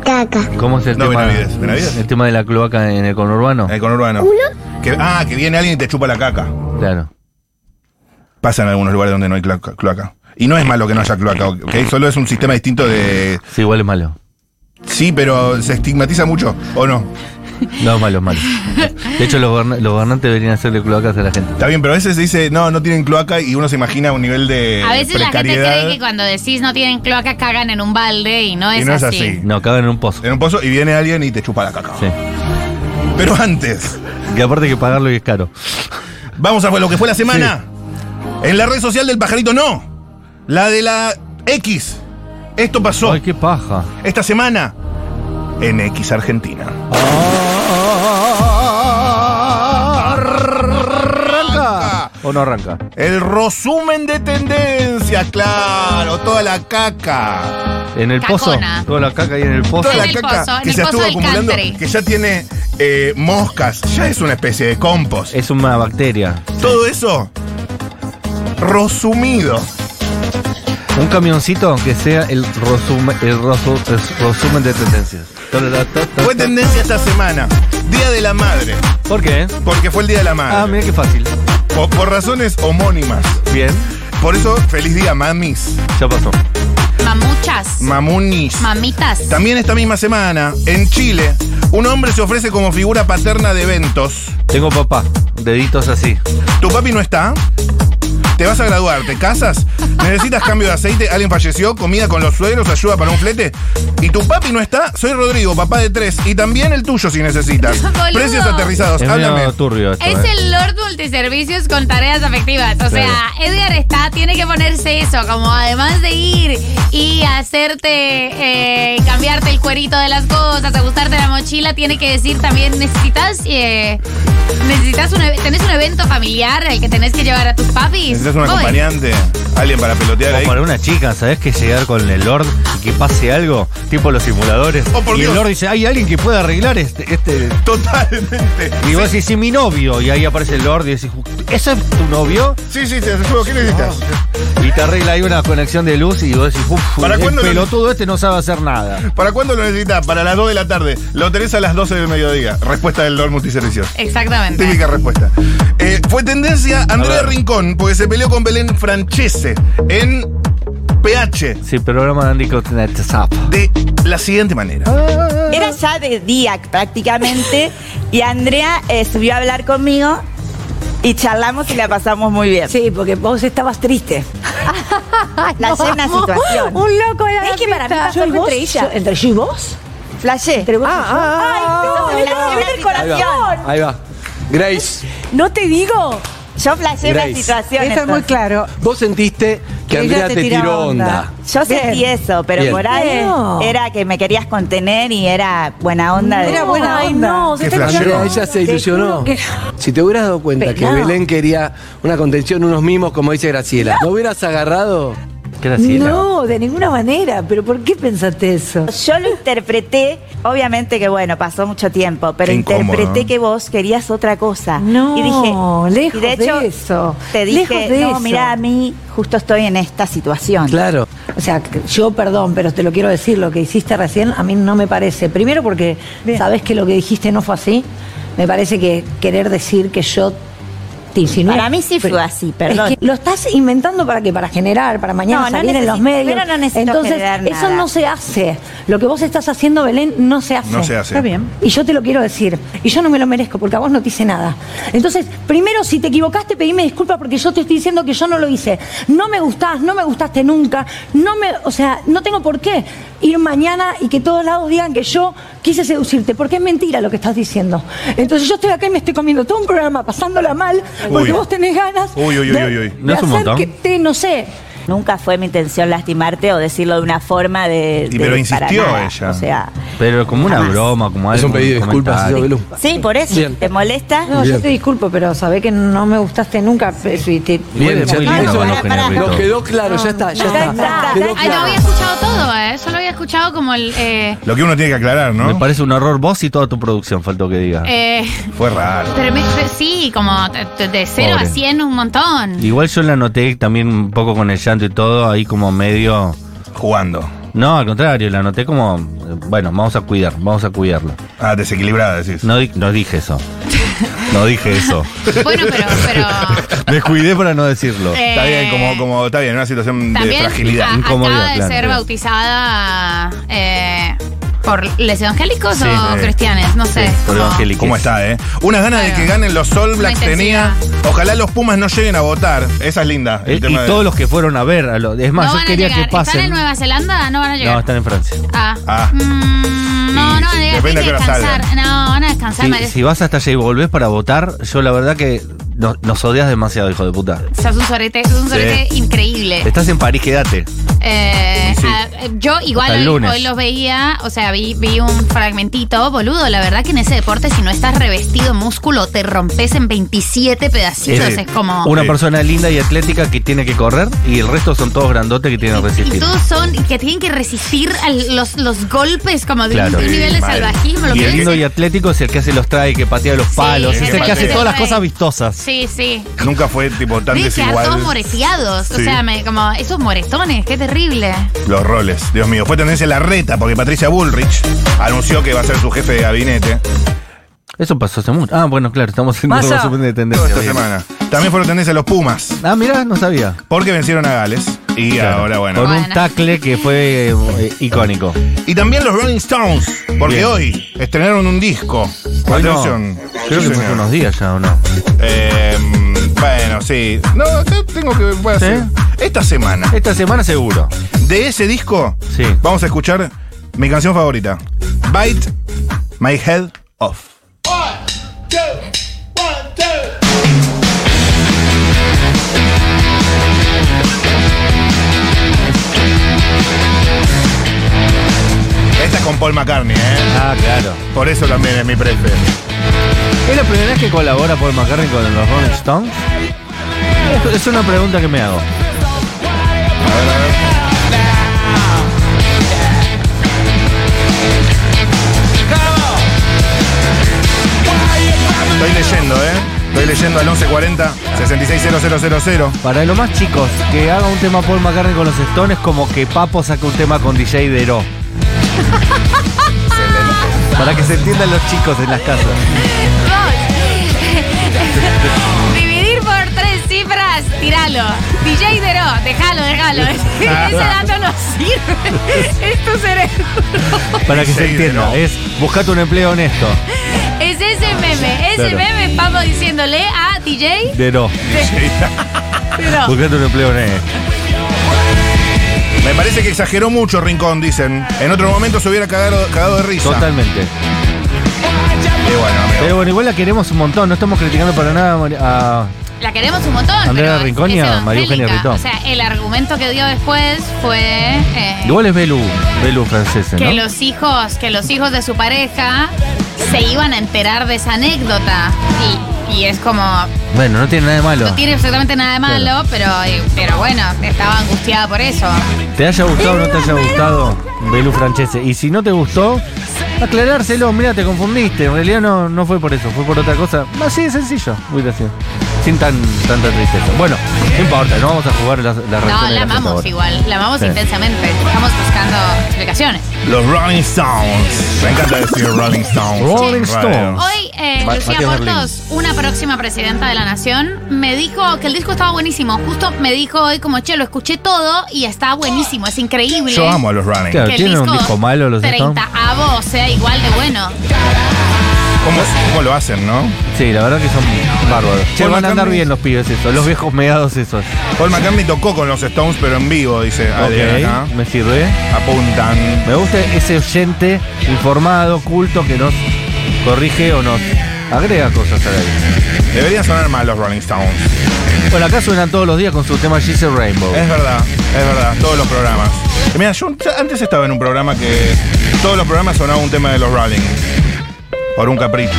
[SPEAKER 6] Caca.
[SPEAKER 1] ¿Cómo es el
[SPEAKER 4] No,
[SPEAKER 1] tema?
[SPEAKER 4] Benavides, Benavides.
[SPEAKER 1] El tema de la cloaca en el conurbano.
[SPEAKER 4] en el conurbano. eh, Que, ah, que viene alguien y te chupa la caca.
[SPEAKER 1] Claro.
[SPEAKER 4] Pasa en algunos lugares donde no hay cloaca. cloaca. Y no es malo que no haya cloaca, ¿ok? Solo es un sistema distinto de...
[SPEAKER 1] Sí, igual es malo.
[SPEAKER 4] Sí, pero se estigmatiza mucho, ¿o no?
[SPEAKER 1] No, es malo, es malo. De hecho, los, goberna- los gobernantes deberían hacerle cloacas a la gente.
[SPEAKER 4] Está bien, pero a veces se dice, no, no tienen cloaca y uno se imagina un nivel
[SPEAKER 1] Eh,
[SPEAKER 4] de
[SPEAKER 3] A veces la gente
[SPEAKER 4] precariedad.
[SPEAKER 3] cree que cuando decís no tienen cloaca cagan en un balde y no es,
[SPEAKER 4] y no es
[SPEAKER 3] así.
[SPEAKER 4] así.
[SPEAKER 1] No, cagan en un pozo.
[SPEAKER 4] En un pozo y viene alguien y te chupa la caca.
[SPEAKER 1] Sí.
[SPEAKER 4] Pero antes,
[SPEAKER 1] Que aparte hay que pagarlo y es caro.
[SPEAKER 4] vamos a lo que fue la semana. En la red social del pajarito, no. La de la X. Esto pasó
[SPEAKER 1] Ay, qué paja.
[SPEAKER 4] esta semana en X Argentina.
[SPEAKER 1] ¿Arranca? ¿O no arranca?
[SPEAKER 4] El resumen de tendencias, claro. Toda la caca.
[SPEAKER 1] En el
[SPEAKER 3] Cacona.
[SPEAKER 1] pozo. Toda la caca ahí en el pozo.
[SPEAKER 4] Toda la
[SPEAKER 3] En el
[SPEAKER 4] caca
[SPEAKER 3] pozo, en
[SPEAKER 4] que
[SPEAKER 3] el
[SPEAKER 4] se
[SPEAKER 3] pozo
[SPEAKER 4] estuvo
[SPEAKER 3] del
[SPEAKER 4] acumulando,
[SPEAKER 3] country.
[SPEAKER 4] que ya tiene eh, moscas. Ya es una especie de compost.
[SPEAKER 1] Es una bacteria.
[SPEAKER 4] Todo eso resumido.
[SPEAKER 1] Un camioncito que sea el resumen, el rosu- el resumen de tendencias.
[SPEAKER 4] Fue tendencia esta semana. Día de la madre.
[SPEAKER 1] ¿Por qué?
[SPEAKER 4] Porque fue el Día de la
[SPEAKER 1] Ah,
[SPEAKER 4] Madre.
[SPEAKER 1] mira qué fácil.
[SPEAKER 4] por, por razones homónimas.
[SPEAKER 1] Bien,
[SPEAKER 4] Por eso, feliz día, mamis.
[SPEAKER 1] ya pasó.
[SPEAKER 3] Mamuchas.
[SPEAKER 4] Mamunis.
[SPEAKER 3] Mamitas.
[SPEAKER 4] También esta misma semana, en Chile, un hombre se ofrece como figura paterna de eventos.
[SPEAKER 1] Tengo papá, deditos así.
[SPEAKER 4] ¿Tu papi no está? Te vas a graduar, te casas, necesitas cambio de aceite, alguien falleció, comida con los suegros, ayuda para un flete. Y tu papi no está, soy Rodrigo, papá de tres. Y también el tuyo si necesitas.
[SPEAKER 3] Boludo.
[SPEAKER 4] Precios aterrizados,
[SPEAKER 1] Es
[SPEAKER 4] háblame.
[SPEAKER 1] medio turbio esto.
[SPEAKER 3] Es
[SPEAKER 1] eh.
[SPEAKER 3] el Lord Multiservicios con tareas afectivas. O sea, Edgar está, tiene que ponerse eso, como además de ir y hacerte, eh, cambiarte el cuerito de las cosas, ajustarte la mochila, tiene que decir también, necesitas, eh, necesitas un, ev- tenés un evento familiar al que tenés que llevar a tus papis.
[SPEAKER 4] Necesitas un
[SPEAKER 3] Voy.
[SPEAKER 4] acompañante, alguien para pelotear
[SPEAKER 1] Como
[SPEAKER 4] ahí.
[SPEAKER 1] para una chica, ¿sabés que llegar con el Lord y que pase algo? Tipo los simuladores.
[SPEAKER 4] Oh, por
[SPEAKER 1] y
[SPEAKER 4] Dios.
[SPEAKER 1] el Lord dice, ¿hay alguien que pueda arreglar este? este?
[SPEAKER 4] Totalmente.
[SPEAKER 1] Y vos decís, sí, mi novio. Y ahí aparece el Lord y decís, ¿eso es tu novio?
[SPEAKER 4] Sí, sí, te ayudo. ¿Qué necesitas?
[SPEAKER 1] Y te arregla ahí una conexión de luz y vos decís, uff,
[SPEAKER 4] ¿Para
[SPEAKER 1] el
[SPEAKER 4] cuándo lo-
[SPEAKER 1] pelotudo este no sabe hacer nada.
[SPEAKER 4] ¿Para cuándo lo necesitas? Para las 2 de la tarde. Lo tenés a las 12 del mediodía. Respuesta del Lord Multiservicios.
[SPEAKER 3] Exactamente.
[SPEAKER 4] Típica respuesta. Eh, fue tendencia Andrea
[SPEAKER 1] ver.
[SPEAKER 4] Rincón, porque se peleó con Belén Francese en PH
[SPEAKER 1] Sí, programa de Andy Cotnet Zap.
[SPEAKER 4] de la siguiente manera.
[SPEAKER 5] Era ya de día prácticamente y Andrea eh, subió a hablar conmigo y charlamos y la pasamos muy bien.
[SPEAKER 7] Sí, porque vos estabas triste.
[SPEAKER 5] La llevé una situación.
[SPEAKER 7] Un loco era
[SPEAKER 5] Es que para mí pasó
[SPEAKER 7] yo y
[SPEAKER 5] algo
[SPEAKER 7] vos,
[SPEAKER 5] entre Ah, ella.
[SPEAKER 7] ¿Entre yo y vos?
[SPEAKER 5] Flashé.
[SPEAKER 7] ¿Entre vos y yo?
[SPEAKER 5] Ay, no, la llevé en el
[SPEAKER 8] Ahí va,
[SPEAKER 5] corazón.
[SPEAKER 8] ahí va. Grace,
[SPEAKER 7] No te digo.
[SPEAKER 5] Yo flashé una
[SPEAKER 8] Grace.
[SPEAKER 5] situación.
[SPEAKER 9] Esto es muy
[SPEAKER 5] entonces.
[SPEAKER 9] claro.
[SPEAKER 8] vos sentiste que,
[SPEAKER 9] Que
[SPEAKER 8] Andrea
[SPEAKER 9] ella
[SPEAKER 8] te,
[SPEAKER 9] te
[SPEAKER 8] tiró
[SPEAKER 9] tiraba onda.
[SPEAKER 8] onda.
[SPEAKER 5] Yo sentí
[SPEAKER 7] Bien.
[SPEAKER 5] eso, pero
[SPEAKER 8] Bien.
[SPEAKER 5] por ahí
[SPEAKER 7] No.
[SPEAKER 5] era que me querías contener y era buena onda. de-
[SPEAKER 9] Era buena
[SPEAKER 7] Ay,
[SPEAKER 9] onda.
[SPEAKER 7] no, se
[SPEAKER 4] Qué
[SPEAKER 7] está
[SPEAKER 4] flashero.
[SPEAKER 7] tirando.
[SPEAKER 8] Andrea, ella se
[SPEAKER 7] Te juro
[SPEAKER 8] ilusionó.
[SPEAKER 7] que-
[SPEAKER 8] Si te hubieras dado cuenta
[SPEAKER 7] Pelado.
[SPEAKER 8] que Belén quería una contención, unos mimos, como dice Graciela, ¿no hubieras agarrado?
[SPEAKER 1] ¿Qué era así?
[SPEAKER 7] No, de ninguna manera. ¿Pero por qué pensaste eso?
[SPEAKER 5] Yo lo interpreté, obviamente que bueno, pasó mucho tiempo, pero
[SPEAKER 4] Qué incómodo,
[SPEAKER 5] interpreté
[SPEAKER 4] ¿no?
[SPEAKER 5] que vos querías otra cosa.
[SPEAKER 7] No,
[SPEAKER 5] y dije,
[SPEAKER 7] lejos
[SPEAKER 5] y de, hecho,
[SPEAKER 7] de eso,
[SPEAKER 5] Te
[SPEAKER 7] lejos
[SPEAKER 5] dije,
[SPEAKER 7] de
[SPEAKER 5] no,
[SPEAKER 7] eso".
[SPEAKER 5] mira, a mí justo estoy en esta situación.
[SPEAKER 8] Claro.
[SPEAKER 7] O sea, que- yo perdón, pero te lo quiero decir, lo que hiciste recién a mí no me parece. Primero porque sabes que lo que dijiste no fue así. Me parece que querer decir que yo te insinué.
[SPEAKER 5] Para mí sí fue
[SPEAKER 7] Pero-
[SPEAKER 5] así, perdón.
[SPEAKER 7] Es que lo estás inventando para qué? Para generar, para mañana
[SPEAKER 5] No, no
[SPEAKER 7] salir en los
[SPEAKER 5] necesito-
[SPEAKER 7] medios.
[SPEAKER 5] pero no necesito
[SPEAKER 7] Entonces,
[SPEAKER 5] generar
[SPEAKER 7] eso
[SPEAKER 5] nada.
[SPEAKER 7] no se hace. Lo que vos estás haciendo, Belén, no se hace.
[SPEAKER 4] No se hace. Está bien.
[SPEAKER 7] Y yo te lo quiero decir. Y yo no me lo merezco porque a vos no te hice nada. Entonces, primero, si te equivocaste, pedime disculpas porque yo te estoy diciendo que yo no lo hice. No me gustás, no me gustaste nunca. No me, o sea, no tengo por qué ir mañana y que todos lados digan que yo quise seducirte. Porque es mentira lo que estás diciendo. Entonces, yo estoy acá y me estoy comiendo todo un programa pasándola mal porque
[SPEAKER 4] Uy.
[SPEAKER 7] vos tenés ganas.
[SPEAKER 4] Uy, uy, uy,
[SPEAKER 7] de-
[SPEAKER 4] uy, uy.
[SPEAKER 7] de
[SPEAKER 1] No es un
[SPEAKER 7] hacer
[SPEAKER 1] montón.
[SPEAKER 7] que te- no sé.
[SPEAKER 5] Nunca fue mi intención lastimarte o decirlo de una forma de.
[SPEAKER 4] Y
[SPEAKER 5] de-
[SPEAKER 4] pero
[SPEAKER 5] para
[SPEAKER 4] insistió
[SPEAKER 5] nada,
[SPEAKER 4] ella.
[SPEAKER 5] O sea,
[SPEAKER 1] Pero como una
[SPEAKER 5] Jamás.
[SPEAKER 1] broma, como algo.
[SPEAKER 8] Es un pedido de disculpas,
[SPEAKER 1] comentario.
[SPEAKER 8] señor Belú.
[SPEAKER 5] sí, por eso.
[SPEAKER 8] Bien.
[SPEAKER 5] ¿Te molesta?
[SPEAKER 7] No,
[SPEAKER 8] Bien.
[SPEAKER 7] yo te disculpo, pero sabés que no me gustaste nunca. pero- y te-
[SPEAKER 1] Bien,
[SPEAKER 8] ya
[SPEAKER 1] muy
[SPEAKER 8] está.
[SPEAKER 1] lindo,
[SPEAKER 8] Eso
[SPEAKER 1] no
[SPEAKER 8] no-
[SPEAKER 1] generar
[SPEAKER 8] Nos
[SPEAKER 1] todo.
[SPEAKER 8] quedó claro, ya está, ya
[SPEAKER 5] no,
[SPEAKER 8] está.
[SPEAKER 5] está,
[SPEAKER 8] Quedó
[SPEAKER 3] Ay, no
[SPEAKER 8] claro.
[SPEAKER 3] había escuchado todo, ¿eh? Solo había escuchado como el. eh,
[SPEAKER 4] Lo que uno tiene que aclarar,
[SPEAKER 1] Me
[SPEAKER 4] ¿no?
[SPEAKER 1] parece un error vos y toda tu producción, faltó que diga.
[SPEAKER 3] eh,
[SPEAKER 4] Fue raro.
[SPEAKER 3] pero me- sí, como de- de- de 0 a
[SPEAKER 1] Pobre.
[SPEAKER 3] 100 un montón.
[SPEAKER 1] Igual yo la noté también un poco con el llanto y todo, ahí como medio.
[SPEAKER 4] Jugando.
[SPEAKER 1] No, al contrario, la noté como. eh, Bueno, vamos a cuidar, vamos a cuidarla.
[SPEAKER 4] Ah, desequilibrada, decís.
[SPEAKER 1] No, di- no dije eso. No dije eso.
[SPEAKER 3] Bueno, pero, pero
[SPEAKER 1] Me cuidé para no decirlo.
[SPEAKER 3] Eh,
[SPEAKER 4] Está bien, como, como está bien, una situación de
[SPEAKER 3] También ah,
[SPEAKER 4] fragilidad.
[SPEAKER 3] a-
[SPEAKER 1] incomodidad,
[SPEAKER 3] acaba de
[SPEAKER 1] claro,
[SPEAKER 3] ser
[SPEAKER 1] claro.
[SPEAKER 3] bautizada eh, por los evangélicos
[SPEAKER 4] Sí,
[SPEAKER 3] o
[SPEAKER 4] sí.
[SPEAKER 3] cristianes, no sé.
[SPEAKER 1] Sí, por
[SPEAKER 3] como-
[SPEAKER 1] evangélicos.
[SPEAKER 4] ¿Cómo está, eh? Unas ganas de
[SPEAKER 3] Claro.
[SPEAKER 4] que ganen los All Blacks
[SPEAKER 3] ah. Una
[SPEAKER 4] tenía.
[SPEAKER 3] intensidad.
[SPEAKER 4] Ojalá los Pumas no lleguen a votar. Esa es linda. el
[SPEAKER 1] Eh,
[SPEAKER 4] tema
[SPEAKER 1] y
[SPEAKER 4] de-
[SPEAKER 1] todos los que fueron a ver, a lo- es
[SPEAKER 3] No
[SPEAKER 1] más,
[SPEAKER 3] van
[SPEAKER 1] yo
[SPEAKER 3] a
[SPEAKER 1] quería
[SPEAKER 3] llegar.
[SPEAKER 1] que pasen.
[SPEAKER 3] ¿Están en Nueva Zelanda? No van a llegar.
[SPEAKER 1] no, están en Francia.
[SPEAKER 3] Ah.
[SPEAKER 4] Ah.
[SPEAKER 3] Mm, no,
[SPEAKER 4] Y
[SPEAKER 3] no van a llegar.
[SPEAKER 4] depende
[SPEAKER 3] tienen
[SPEAKER 4] a
[SPEAKER 3] que
[SPEAKER 4] qué hora
[SPEAKER 3] descansar. No, van a descansar.
[SPEAKER 1] Si,
[SPEAKER 3] María.
[SPEAKER 1] si vas hasta allá y volvés para votar, yo la verdad que no- nos odias demasiado, hijo de puta.
[SPEAKER 3] Sos un sorete, sos un sorete increíble.
[SPEAKER 1] Estás en París, quédate.
[SPEAKER 3] Eh,
[SPEAKER 4] Sí.
[SPEAKER 3] ah, yo igual
[SPEAKER 1] Hasta el
[SPEAKER 3] hoy,
[SPEAKER 1] lunes.
[SPEAKER 3] hoy los veía, o sea, vi, vi un fragmentito, boludo. La verdad que en ese deporte, si no estás revestido de músculo, te rompes en 27 pedacitos.
[SPEAKER 1] Sí.
[SPEAKER 3] Es como.
[SPEAKER 1] Una
[SPEAKER 4] Sí.
[SPEAKER 1] persona linda y atlética que tiene que correr y el resto son todos grandotes que tienen que
[SPEAKER 3] Y
[SPEAKER 1] resistir.
[SPEAKER 3] todos son y que tienen que resistir a los, los golpes como de
[SPEAKER 1] Claro.
[SPEAKER 3] un, un nivel de
[SPEAKER 4] Sí, mal.
[SPEAKER 3] salvajismo. Lo
[SPEAKER 4] Y
[SPEAKER 3] que
[SPEAKER 1] El
[SPEAKER 3] es-
[SPEAKER 1] lindo y atlético es el que hace los trae, que patea los
[SPEAKER 3] Sí,
[SPEAKER 1] palos,
[SPEAKER 3] el
[SPEAKER 1] es el
[SPEAKER 4] que
[SPEAKER 1] que hace
[SPEAKER 4] patea.
[SPEAKER 1] todas las
[SPEAKER 3] Sí.
[SPEAKER 1] cosas vistosas.
[SPEAKER 3] Sí, sí.
[SPEAKER 4] Nunca fue tipo tan
[SPEAKER 3] Deben quedar
[SPEAKER 4] desigual.
[SPEAKER 3] todos moreteados. O
[SPEAKER 4] Sí.
[SPEAKER 3] sea, me- como esos moretones, qué terrible.
[SPEAKER 4] Los roles, Dios mío. Fue tendencia a la reta porque Patricia Bullrich anunció que va a ser su jefe de gabinete
[SPEAKER 1] Eso pasó hace mucho. Ah, bueno, claro, estamos en un
[SPEAKER 7] Masa.
[SPEAKER 1] resumen de
[SPEAKER 4] toda
[SPEAKER 1] tendencia.
[SPEAKER 4] esta semana. También fueron tendencia a los Pumas
[SPEAKER 1] Ah, mirá, no sabía.
[SPEAKER 4] porque vencieron a Gales. Y
[SPEAKER 1] Claro.
[SPEAKER 4] ahora, bueno.
[SPEAKER 1] Con un
[SPEAKER 3] Bueno.
[SPEAKER 1] tackle que fue eh, icónico.
[SPEAKER 4] Y también los Rolling Stones porque
[SPEAKER 1] Bien.
[SPEAKER 4] hoy estrenaron un disco.
[SPEAKER 1] Hoy no.
[SPEAKER 4] Atención.
[SPEAKER 1] Creo
[SPEAKER 4] Sí,
[SPEAKER 1] que fue
[SPEAKER 4] señor.
[SPEAKER 1] hace unos días ya o no.
[SPEAKER 4] Eh, Bueno, sí. No, yo tengo que voy a
[SPEAKER 10] ¿Sí?
[SPEAKER 4] hacer. Esta semana.
[SPEAKER 10] Esta semana seguro.
[SPEAKER 4] De ese disco,
[SPEAKER 10] Sí.
[SPEAKER 4] vamos a escuchar mi canción favorita. Bite My Head Off. Esta es con Paul McCartney, ¿eh?
[SPEAKER 10] Ah, claro.
[SPEAKER 4] Por eso también es mi prefe.
[SPEAKER 10] ¿Es la primera vez que colabora Paul McCartney con los Rolling Stones? Es- Es una pregunta que me hago.
[SPEAKER 4] Estoy leyendo, ¿eh? Estoy leyendo al 1140 660000.
[SPEAKER 10] Para los más chicos, que haga un tema Paul McCartney con los Stones como que Papo saque un tema con DJ Dero. Para que se entiendan los chicos en las casas.
[SPEAKER 3] Vos. Dividir por tres cifras, tiralo. DJ Deró, déjalo, déjalo. Ese dato no sirve. Es tu cerebro.
[SPEAKER 10] Para que se
[SPEAKER 4] DJ Dero.
[SPEAKER 10] entienda. Es buscate un empleo honesto.
[SPEAKER 3] Es ese meme. Ese
[SPEAKER 10] Claro.
[SPEAKER 3] meme vamos diciéndole a DJ
[SPEAKER 10] Dero.
[SPEAKER 3] Deró.
[SPEAKER 10] Buscate un empleo honesto.
[SPEAKER 4] Me parece que exageró mucho Rincón, dicen. En otro momento se hubiera cagado, cagado de risa.
[SPEAKER 10] Totalmente.
[SPEAKER 4] Y bueno, amigo.
[SPEAKER 10] Pero bueno, igual la queremos un montón. No estamos criticando para nada a Mari- a,
[SPEAKER 3] La queremos un montón.
[SPEAKER 10] Andrea
[SPEAKER 3] pero
[SPEAKER 10] Rincón y
[SPEAKER 3] es
[SPEAKER 10] a María Eugenia
[SPEAKER 3] evangélica.
[SPEAKER 10] Ritó.
[SPEAKER 3] O sea, el argumento que dio después fue. eh,
[SPEAKER 10] Igual es Belu, Belu francesa,
[SPEAKER 3] que
[SPEAKER 10] ¿no?
[SPEAKER 3] los hijos, que los hijos de su pareja se iban a enterar de esa anécdota. Y, y es como,
[SPEAKER 10] Bueno, no tiene nada de malo.
[SPEAKER 3] no tiene absolutamente nada de malo, pero, eh, pero bueno, estaba angustiada por eso.
[SPEAKER 10] Te haya gustado o no te haya gustado, Belu francesa. Y si no te gustó, aclarárselo, mira, te confundiste. En realidad no, no fue por eso, fue por otra cosa. Así de sencillo, muy gracioso. Sin tan, tanta tristeza. Bueno, no importa, no vamos a jugar las, las
[SPEAKER 3] No,
[SPEAKER 10] reacciones
[SPEAKER 3] la
[SPEAKER 10] de la gente
[SPEAKER 3] amamos
[SPEAKER 10] ahora.
[SPEAKER 3] igual, la amamos
[SPEAKER 10] Sí.
[SPEAKER 3] intensamente. Estamos buscando explicaciones.
[SPEAKER 4] Los Rolling Stones. Me encanta decir Rolling Stones.
[SPEAKER 10] Rolling
[SPEAKER 4] Bueno.
[SPEAKER 10] Stones.
[SPEAKER 3] Hoy, eh,
[SPEAKER 4] Ma-
[SPEAKER 3] Lucía
[SPEAKER 4] Matías
[SPEAKER 3] Portos, una próxima presidenta de la Nación, me dijo que el disco estaba buenísimo. Justo me dijo hoy como, che, lo escuché todo y está buenísimo, es increíble.
[SPEAKER 4] Yo amo a los Rolling.
[SPEAKER 10] Claro.
[SPEAKER 3] que el
[SPEAKER 10] ¿Tienen un
[SPEAKER 3] disco,
[SPEAKER 10] disco malo los Stones?
[SPEAKER 3] 30 avo sea igual de bueno.
[SPEAKER 4] ¿Cómo, cómo lo hacen, no?
[SPEAKER 10] Sí, la verdad que son bárbaros. Che,
[SPEAKER 4] Paul
[SPEAKER 10] van a andar
[SPEAKER 4] McCartney.
[SPEAKER 10] bien los pibes esos, los viejos meados esos.
[SPEAKER 4] Paul McCartney tocó con los Stones, pero en vivo, dice Adrián acá.
[SPEAKER 10] Ok, me sirve.
[SPEAKER 4] Apuntan.
[SPEAKER 10] Me gusta ese oyente informado, culto, que nos corrige o nos agrega cosas a la vida.
[SPEAKER 4] Deberían sonar más los Rolling Stones.
[SPEAKER 10] Bueno, acá suenan todos los días con su tema She's a Rainbow.
[SPEAKER 4] Es verdad, es verdad. Todos los programas. Eh, Mira, yo antes estaba en un programa que todos los programas sonaba un tema de los Rolling. Por un capricho.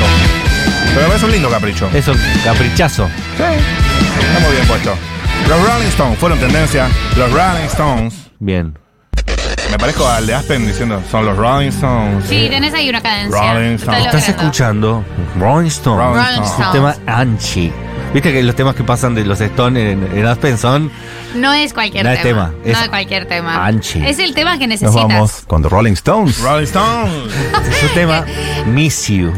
[SPEAKER 4] Pero me parece un lindo capricho.
[SPEAKER 10] Eso, caprichazo.
[SPEAKER 4] Sí, está muy bien puesto. Los Rolling Stones fueron tendencia. Los Rolling Stones.
[SPEAKER 10] Bien.
[SPEAKER 4] Me parezco al de Aspen diciendo, son los Rolling Stones.
[SPEAKER 3] Sí, tenés ahí una cadencia.
[SPEAKER 4] Rolling
[SPEAKER 3] Lo
[SPEAKER 4] Stone.
[SPEAKER 3] estás
[SPEAKER 10] Eh, Estás
[SPEAKER 3] logrando.
[SPEAKER 10] escuchando Rolling Stone,
[SPEAKER 3] Rolling
[SPEAKER 4] Stones.
[SPEAKER 10] su
[SPEAKER 3] Stones.
[SPEAKER 10] tema Anchi. Viste que los temas que pasan de los Stones en, en Aspen son
[SPEAKER 3] No es cualquier
[SPEAKER 10] No es
[SPEAKER 3] tema.
[SPEAKER 10] tema, es
[SPEAKER 3] no es cualquier tema.
[SPEAKER 10] Anchi.
[SPEAKER 3] Es el tema que necesitas.
[SPEAKER 11] con The Rolling Stones.
[SPEAKER 4] Rolling Stones.
[SPEAKER 10] su tema Miss You.